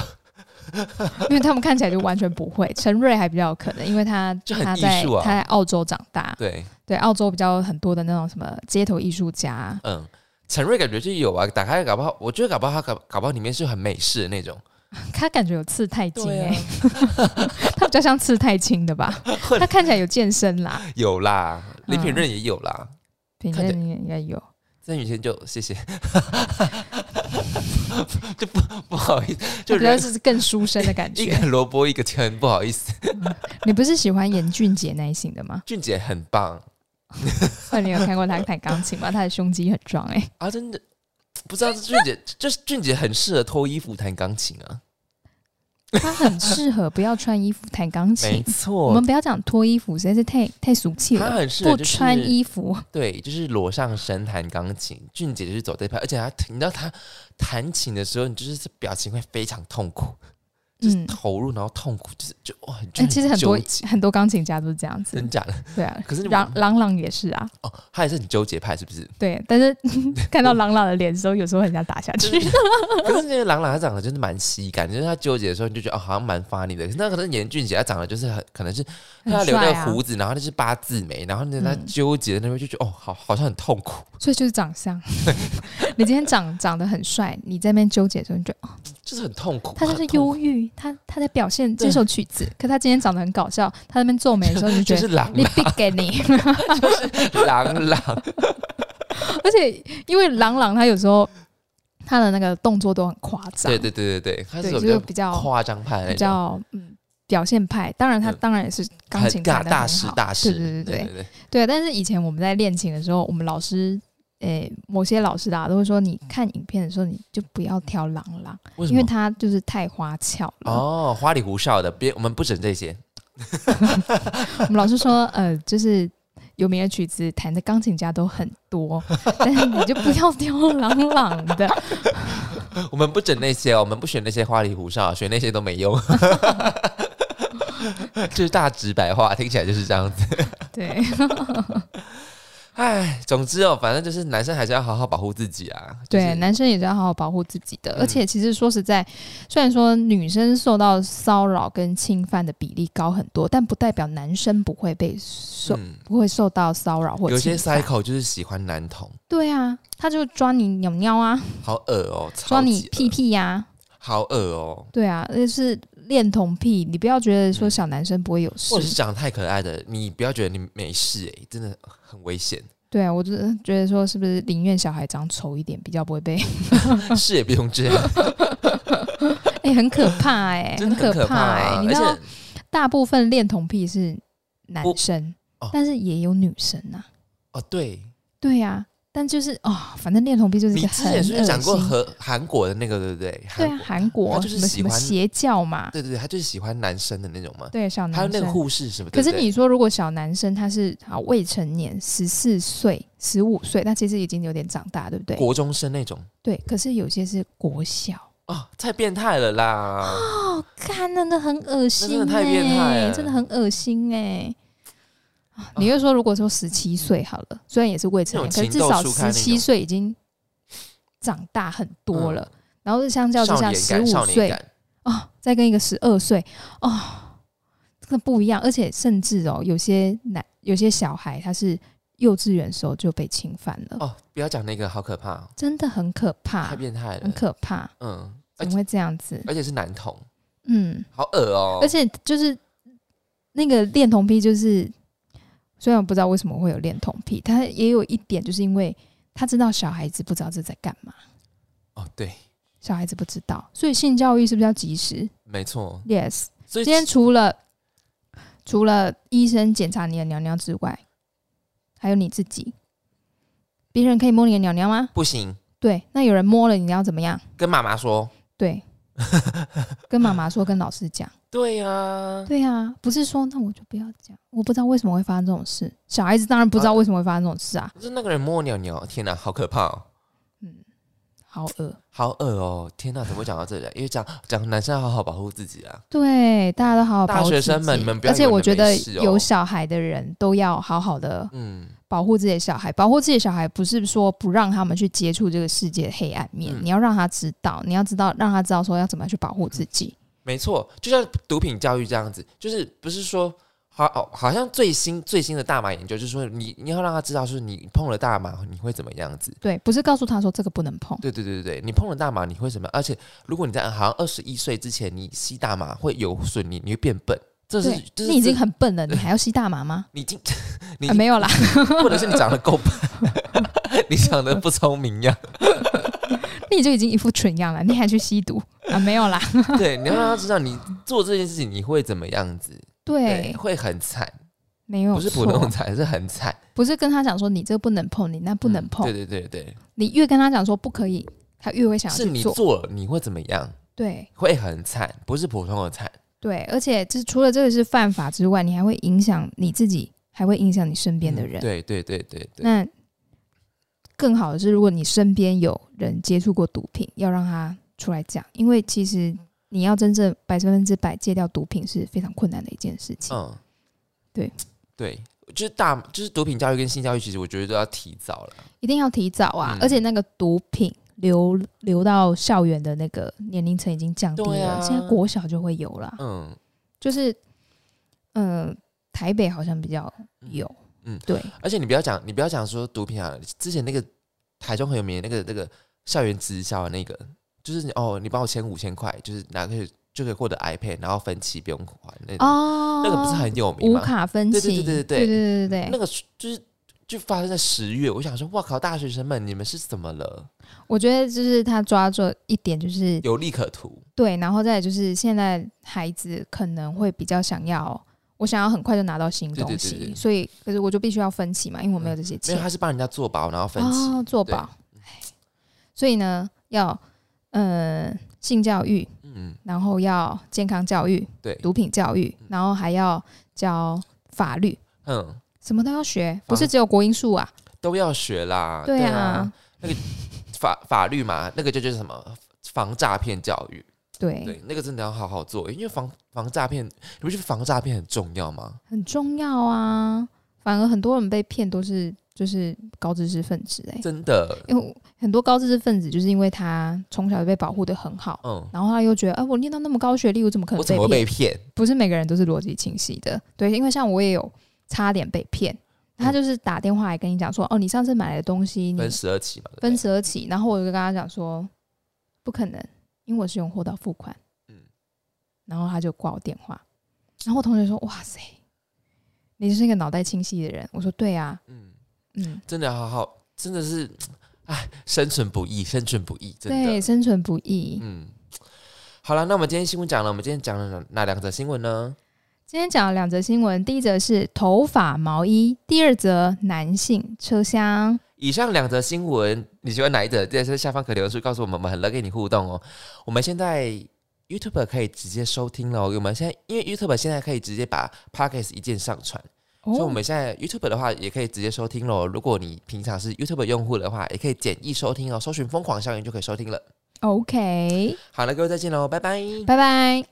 Speaker 1: 因为他们看起来就完全不会。陈瑞还比较有可能，因为他
Speaker 2: 就很
Speaker 1: 他在
Speaker 2: 艺术啊
Speaker 1: 他在澳洲长大，
Speaker 2: 对，
Speaker 1: 对澳洲比较很多的那种什么街头艺术家，
Speaker 2: 嗯。陈瑞感觉就有啊，打开搞不好，我觉得搞不好他搞搞不好里面是很美式的那种，
Speaker 1: 他感觉有刺太金
Speaker 2: 对
Speaker 1: 哎、
Speaker 2: 啊
Speaker 1: 他比较像刺太金的 吧？他看起来有健身啦，
Speaker 2: 有啦，林品
Speaker 1: 嗯
Speaker 2: 任也有啦，
Speaker 1: 品
Speaker 2: 看起来
Speaker 1: 任应该有。
Speaker 2: 郑宇轩就谢谢， 就不不好意思，就
Speaker 1: 他比较
Speaker 2: 人
Speaker 1: 是更书生的 感
Speaker 2: 一
Speaker 1: 觉。
Speaker 2: 个萝卜一个坑，不好意思，
Speaker 1: 你不是喜欢严俊杰那一型的吗？
Speaker 2: 俊杰很棒
Speaker 1: 那你有看过他弹钢琴吗？他的胸肌很壮哎、
Speaker 2: 啊，真的不知道俊杰， 就是俊杰很适合脱衣服弹钢琴啊，
Speaker 1: 他很适合不要穿衣服弹钢
Speaker 2: 没
Speaker 1: 琴。我
Speaker 2: 错
Speaker 1: 们，不要讲脱衣服，实在是太太俗气
Speaker 2: 他
Speaker 1: 了。
Speaker 2: 很适合、
Speaker 1: 不
Speaker 2: 就是、
Speaker 1: 穿衣服，
Speaker 2: 对，就是裸上身弹钢琴，俊杰就是走这一派，而且他你知道他弹琴的时候，你就是表情会非常痛苦，就是
Speaker 1: 嗯，
Speaker 2: 投入然后痛苦，就是就哇，就
Speaker 1: 哎，其实很多
Speaker 2: 纠结
Speaker 1: 很多钢琴家都是这样子
Speaker 2: 真，假的
Speaker 1: 对啊。
Speaker 2: 可是你
Speaker 1: 朗朗朗也是啊，
Speaker 2: 哦，他也是很纠结派，是不是？
Speaker 1: 对，但是看到朗朗的脸的时候，有时候很想打下
Speaker 2: 就是
Speaker 1: 去。
Speaker 2: 可是那个朗朗他长得真的蛮喜感，就是他纠结的时候你就觉得哦好像蛮 funny 的。可是那可能严俊杰他长得就是很可能是
Speaker 1: 很
Speaker 2: 他留
Speaker 1: 帅
Speaker 2: 那个
Speaker 1: 啊
Speaker 2: 胡子，然后那是八字眉，然后呢他
Speaker 1: 嗯
Speaker 2: 纠结的那边就觉得哦好好像很痛苦，
Speaker 1: 所以就是长相。你今天长长得很帅，你在那边纠结的时候，你就哦
Speaker 2: 就是很痛苦。
Speaker 1: 他就是
Speaker 2: 很痛苦
Speaker 1: 忧郁，他他在表现
Speaker 2: 对
Speaker 1: 这首曲子，可他今天长得很搞笑，他在那边皱眉的时候，你就
Speaker 2: 就
Speaker 1: 觉
Speaker 2: 是
Speaker 1: 得
Speaker 2: 朗
Speaker 1: 你必给你。
Speaker 2: 朗朗，
Speaker 1: 而且因为朗朗他有时候他的那个动作都很夸张，
Speaker 2: 对对对对对，他是
Speaker 1: 对，
Speaker 2: 有
Speaker 1: 就是
Speaker 2: 比
Speaker 1: 比较
Speaker 2: 较夸张派的那
Speaker 1: 比
Speaker 2: 种，
Speaker 1: 较嗯表现派。当然他
Speaker 2: 嗯
Speaker 1: 当然也是钢琴
Speaker 2: 很大
Speaker 1: 弹得很
Speaker 2: 大
Speaker 1: 好
Speaker 2: 师大师，
Speaker 1: 对对
Speaker 2: 对
Speaker 1: 对对
Speaker 2: 对，
Speaker 1: 对。但是以前我们在练琴的时候，我们老师。诶、某些老师啊啦都会说，你看影片的时候你就不要挑朗朗，
Speaker 2: 为什
Speaker 1: 因为
Speaker 2: 么？
Speaker 1: 他就是太花俏了。
Speaker 2: 哦，花里胡哨的，别我们不整这些，
Speaker 1: 我们老师说，呃，就是有名的曲子弹的钢琴家都很多， 但是你就不要 挑朗朗的。
Speaker 2: 我们不整那些哦，我们不选那些花里胡哨，选那些都没用。 就是大直白话，听起来就是这样子。
Speaker 1: 对，
Speaker 2: 唉，总之哦，反正就是男生还是要好好保护自己啊。就
Speaker 1: 对，
Speaker 2: 是
Speaker 1: 男生也是要好好保护自己的。
Speaker 2: 嗯
Speaker 1: 而且其实说实在，虽然说女生受到骚扰跟侵犯的比例高很多，但不代表男生不会被受、
Speaker 2: 嗯，
Speaker 1: 不会受到骚扰或
Speaker 2: 有
Speaker 1: 侵
Speaker 2: 些
Speaker 1: 犯。
Speaker 2: cycle 就是喜欢男童，
Speaker 1: 对啊，他就抓你鸟尿啊，
Speaker 2: 好恶哦，
Speaker 1: 抓
Speaker 2: 超级
Speaker 1: 你
Speaker 2: 恶
Speaker 1: 屁，屁呀、
Speaker 2: 好恶哦，
Speaker 1: 对啊，那是恋童癖。你不要觉得说
Speaker 2: 嗯
Speaker 1: 小男生不会有事，
Speaker 2: 或者是长得太可爱的，你不要觉得你没事哎、真的很危险，
Speaker 1: 对啊，我就觉得说，是不是宁愿小孩长丑一点，比较不会被？
Speaker 2: 是也不用这样，
Speaker 1: 哎、很可怕哎、
Speaker 2: 真的
Speaker 1: 可
Speaker 2: 可怕、
Speaker 1: 哎、
Speaker 2: 啊，
Speaker 1: 你
Speaker 2: 而
Speaker 1: 知道，
Speaker 2: 且
Speaker 1: 大部分恋童癖是男生，
Speaker 2: 不哦
Speaker 1: 但是也有女生呐、啊。
Speaker 2: 哦对，
Speaker 1: 对呀、但就是哦，反正恋童癖就是一
Speaker 2: 你
Speaker 1: 个
Speaker 2: 之
Speaker 1: 很
Speaker 2: 前是不是讲过
Speaker 1: 恶心
Speaker 2: 和韩国的那个对不对？
Speaker 1: 对啊，
Speaker 2: 国
Speaker 1: 韩国
Speaker 2: 他就是
Speaker 1: 什么
Speaker 2: 喜
Speaker 1: 什么
Speaker 2: 欢
Speaker 1: 邪教嘛，
Speaker 2: 对对对，他就是喜欢男生的那种嘛，
Speaker 1: 对小
Speaker 2: 还有
Speaker 1: 男
Speaker 2: 那个
Speaker 1: 生。
Speaker 2: 护士什么，
Speaker 1: 可
Speaker 2: 对
Speaker 1: 是
Speaker 2: 不对
Speaker 1: 你说，如果小男生他是啊未成年，十四岁、十五岁，那其实已经有点长大，对不对？
Speaker 2: 国中生那种
Speaker 1: 对，可是有些是国小。
Speaker 2: 哦，太变态了 啦！
Speaker 1: 哦，看，那那很恶心、欸，
Speaker 2: 真的太变态了
Speaker 1: 真的很恶心哎、啊你就说，如果说十七岁好了，虽然也是未成年，可
Speaker 2: 那种
Speaker 1: 是
Speaker 2: 情
Speaker 1: 至
Speaker 2: 窦
Speaker 1: 少
Speaker 2: 初开
Speaker 1: 十
Speaker 2: 那种嗯
Speaker 1: 七岁已经长大很多了。然后相较之
Speaker 2: 少
Speaker 1: 下，
Speaker 2: 年
Speaker 1: 十
Speaker 2: 感，
Speaker 1: 五
Speaker 2: 少年
Speaker 1: 岁
Speaker 2: 感，
Speaker 1: 哦，再跟一个十二岁哦，真的不一样。而且甚至哦，有些男有些小孩他是幼稚园的时候就被侵犯了，
Speaker 2: 哦，不要讲那个，好可怕哦，
Speaker 1: 真的很可怕
Speaker 2: 太，变态了
Speaker 1: 啊很，可怕，
Speaker 2: 嗯，而
Speaker 1: 怎么
Speaker 2: 且
Speaker 1: 会这样子？
Speaker 2: 而且是男童，
Speaker 1: 嗯，
Speaker 2: 好恶哦，
Speaker 1: 而且就是那个恋童癖，就是虽然我不知道为什么会有恋童癖，他也有一点就是因为他知道小孩子不知道这在干嘛，
Speaker 2: 哦，对，
Speaker 1: 小孩子不知道，所以性教育是不是要及时
Speaker 2: 没错，
Speaker 1: ？Yes，
Speaker 2: 所以
Speaker 1: 今天除了除了医生检查你的尿尿之外，还有你自己，别人可以摸你的尿尿吗？
Speaker 2: 不行，
Speaker 1: 对，那有人摸了，你要怎么样？
Speaker 2: 跟妈妈说，
Speaker 1: 对，跟妈妈说，跟老师讲。
Speaker 2: 对呀，
Speaker 1: 对啊，不是说那我就不要讲，我不知道为什么会发生这种事。小孩子当然不知道为什么会发生这种事啊，
Speaker 2: 就是那个人摸我尿尿，天哪，好可怕哦。
Speaker 1: 嗯，好恶。
Speaker 2: 好恶哦！天哪，怎么会讲到这里啊？因为讲讲男生要好好保护自己啊。
Speaker 1: 对，大家都好好保护
Speaker 2: 大学
Speaker 1: 自
Speaker 2: 生们
Speaker 1: 己
Speaker 2: 你们不要
Speaker 1: 而且
Speaker 2: 以为
Speaker 1: 我
Speaker 2: 你
Speaker 1: 觉
Speaker 2: 们
Speaker 1: 得
Speaker 2: 没事哦
Speaker 1: 有小孩的人都要好好的
Speaker 2: 嗯，
Speaker 1: 保护自己的小孩，保护自己的小孩不是说不让他们去接触这个世界的黑暗面，
Speaker 2: 嗯
Speaker 1: 你要让他知道，你要知道让他知道说要怎么样去保护自
Speaker 2: 嗯
Speaker 1: 己。
Speaker 2: 没错，就像毒品教育这样子，就是不是说好哦，好像最新最新的大麻研究就是说你，你要让他知道，就是你碰了大麻你会怎么样子。
Speaker 1: 对，不是告诉他说这个不能碰。
Speaker 2: 对对对对对，你碰了大麻你会怎么样？而且如果你在好像二十一岁之前你吸大麻会有损你，你会变笨。这是
Speaker 1: 对，
Speaker 2: 这是
Speaker 1: 你已经
Speaker 2: 这
Speaker 1: 很笨了，你还要吸大麻吗？
Speaker 2: 你已经 你已
Speaker 1: 啊、
Speaker 2: 经
Speaker 1: 没 有啦，
Speaker 2: 或者是你长得够笨， 你长得不聪明呀。
Speaker 1: 你就已经一副蠢样了，你还去吸毒啊？没有啦，
Speaker 2: 对，你要让他知道你做这件事情你会怎么样子。
Speaker 1: 对
Speaker 2: 对，，会很惨，
Speaker 1: 没有
Speaker 2: 不是
Speaker 1: 错
Speaker 2: 普通惨， 是很惨，
Speaker 1: 不是跟他讲说你这不能碰，你那不能
Speaker 2: 嗯
Speaker 1: 碰，
Speaker 2: 对对对对，
Speaker 1: 你越跟他讲说不可以，他越会想要
Speaker 2: 是
Speaker 1: 去
Speaker 2: 你
Speaker 1: 做。
Speaker 2: 做了你会怎么样？
Speaker 1: 对
Speaker 2: 会很惨，不是普通的惨。
Speaker 1: 对，而且就是除了这个是犯法之外，你还会影响你自己，还会影响你身边的人。
Speaker 2: 嗯对对对对对，
Speaker 1: 那更好的是，如果你身边有人接触过毒品，要让他出来讲，因为其实你要真正百分之百戒掉毒品是非常困难的一件事情。
Speaker 2: 嗯，
Speaker 1: 对
Speaker 2: 对，就是大就是毒品教育跟性教育，其实我觉得都要提早了。
Speaker 1: 一定要提早啊！
Speaker 2: 嗯
Speaker 1: 而且那个毒品流流到校园的那个年龄层已经降低
Speaker 2: 对
Speaker 1: 了，
Speaker 2: 啊
Speaker 1: 现在国小就会有了。
Speaker 2: 嗯，
Speaker 1: 就是，嗯、台北好像比较有，
Speaker 2: 嗯
Speaker 1: 对，
Speaker 2: 而且你不要讲，你不要讲说毒品啊，之前那个台中很有名的那个那个校园直销的那个，就是你哦，你帮我签五千块，就是拿去就可以获得 iPad，然后分期不用还那种，
Speaker 1: 哦，
Speaker 2: 那个不是很有名
Speaker 1: 无
Speaker 2: 吗？
Speaker 1: 卡分期，
Speaker 2: 对对对
Speaker 1: 对
Speaker 2: 对对
Speaker 1: 对对对
Speaker 2: 那个是就是就发生在十月，我想说，哇靠，大学生们，你们是怎么了？
Speaker 1: 我觉得就是他抓住一点，就是
Speaker 2: 有利可图，
Speaker 1: 对，然后再来就是现在孩子可能会比较想要。我想要很快就拿到新
Speaker 2: 对对
Speaker 1: 东
Speaker 2: 对
Speaker 1: 西，
Speaker 2: 对对
Speaker 1: 所以可是我就必须要分期嘛，因为我没有这些
Speaker 2: 没
Speaker 1: 钱
Speaker 2: 有，。他是帮人家做保，然后分期，
Speaker 1: 哦，做
Speaker 2: 对
Speaker 1: 保。唉所以呢，要呃性教育，
Speaker 2: 嗯，
Speaker 1: 然后要健康教育、
Speaker 2: 对，
Speaker 1: 毒品教育，然后还要教法律，
Speaker 2: 嗯，
Speaker 1: 什么都要学，不是
Speaker 2: 法
Speaker 1: 只有国英数啊。
Speaker 2: 都要学啦，
Speaker 1: 对
Speaker 2: 啊，
Speaker 1: 啊，
Speaker 2: 那个法法律嘛，那个就就是什么防诈骗教育，
Speaker 1: 对，
Speaker 2: 对，那个真的要好好做，因为防防诈骗，你不觉得防诈骗很重要吗？
Speaker 1: 很重要啊。反而很多人被骗都是就是高知识分子哎、
Speaker 2: 真的，
Speaker 1: 因为很多高知识分子就是因为他从小就被保护的很好。
Speaker 2: 嗯，
Speaker 1: 然后他又觉得，啊，我念到那么高学历，我怎么可
Speaker 2: 我
Speaker 1: 能
Speaker 2: 怎么
Speaker 1: 被
Speaker 2: 会
Speaker 1: 骗
Speaker 2: 被？骗？
Speaker 1: 不是每个人都是逻辑清晰的，对，因为像我也有差点被骗，他就是打电话来跟你讲说，哦，你上次买的东西你
Speaker 2: 嗯分十二期嘛，对不对
Speaker 1: 嗯分十二期，然后我就跟他讲说，不可能，因为我是用货到付款，嗯
Speaker 2: 嗯，
Speaker 1: 然后他就挂我电话，然后我同学说，哇塞，你就是一个脑袋清晰的人，我说对啊，
Speaker 2: 嗯，
Speaker 1: 嗯，
Speaker 2: 真的好好，真的是，哎，生存不易，生存不易，真的，
Speaker 1: 对，生存不易。
Speaker 2: 嗯，好了，那我们今天新闻讲了，我们今天讲了哪哪两则新闻呢？
Speaker 1: 今天讲了两则新闻，第一则是头发毛衣，第二则男性车厢。
Speaker 2: 以上两则新闻，你喜欢哪一则？在下方可留言处告诉我们，我们很乐意跟你互动哦。我们现在 YouTube 可以直接收听了哦，我们现在因为 YouTube 现在可以直接把 Podcast 一键上传，
Speaker 1: 哦
Speaker 2: 所以我们现在 YouTube 的话也可以直接收听喽。如果你平常是 YouTube 用户的话，也可以简易收听哦，搜寻“疯狂校园”就可以收听了。
Speaker 1: OK，
Speaker 2: 好了，各位再见喽，拜拜。
Speaker 1: 拜拜。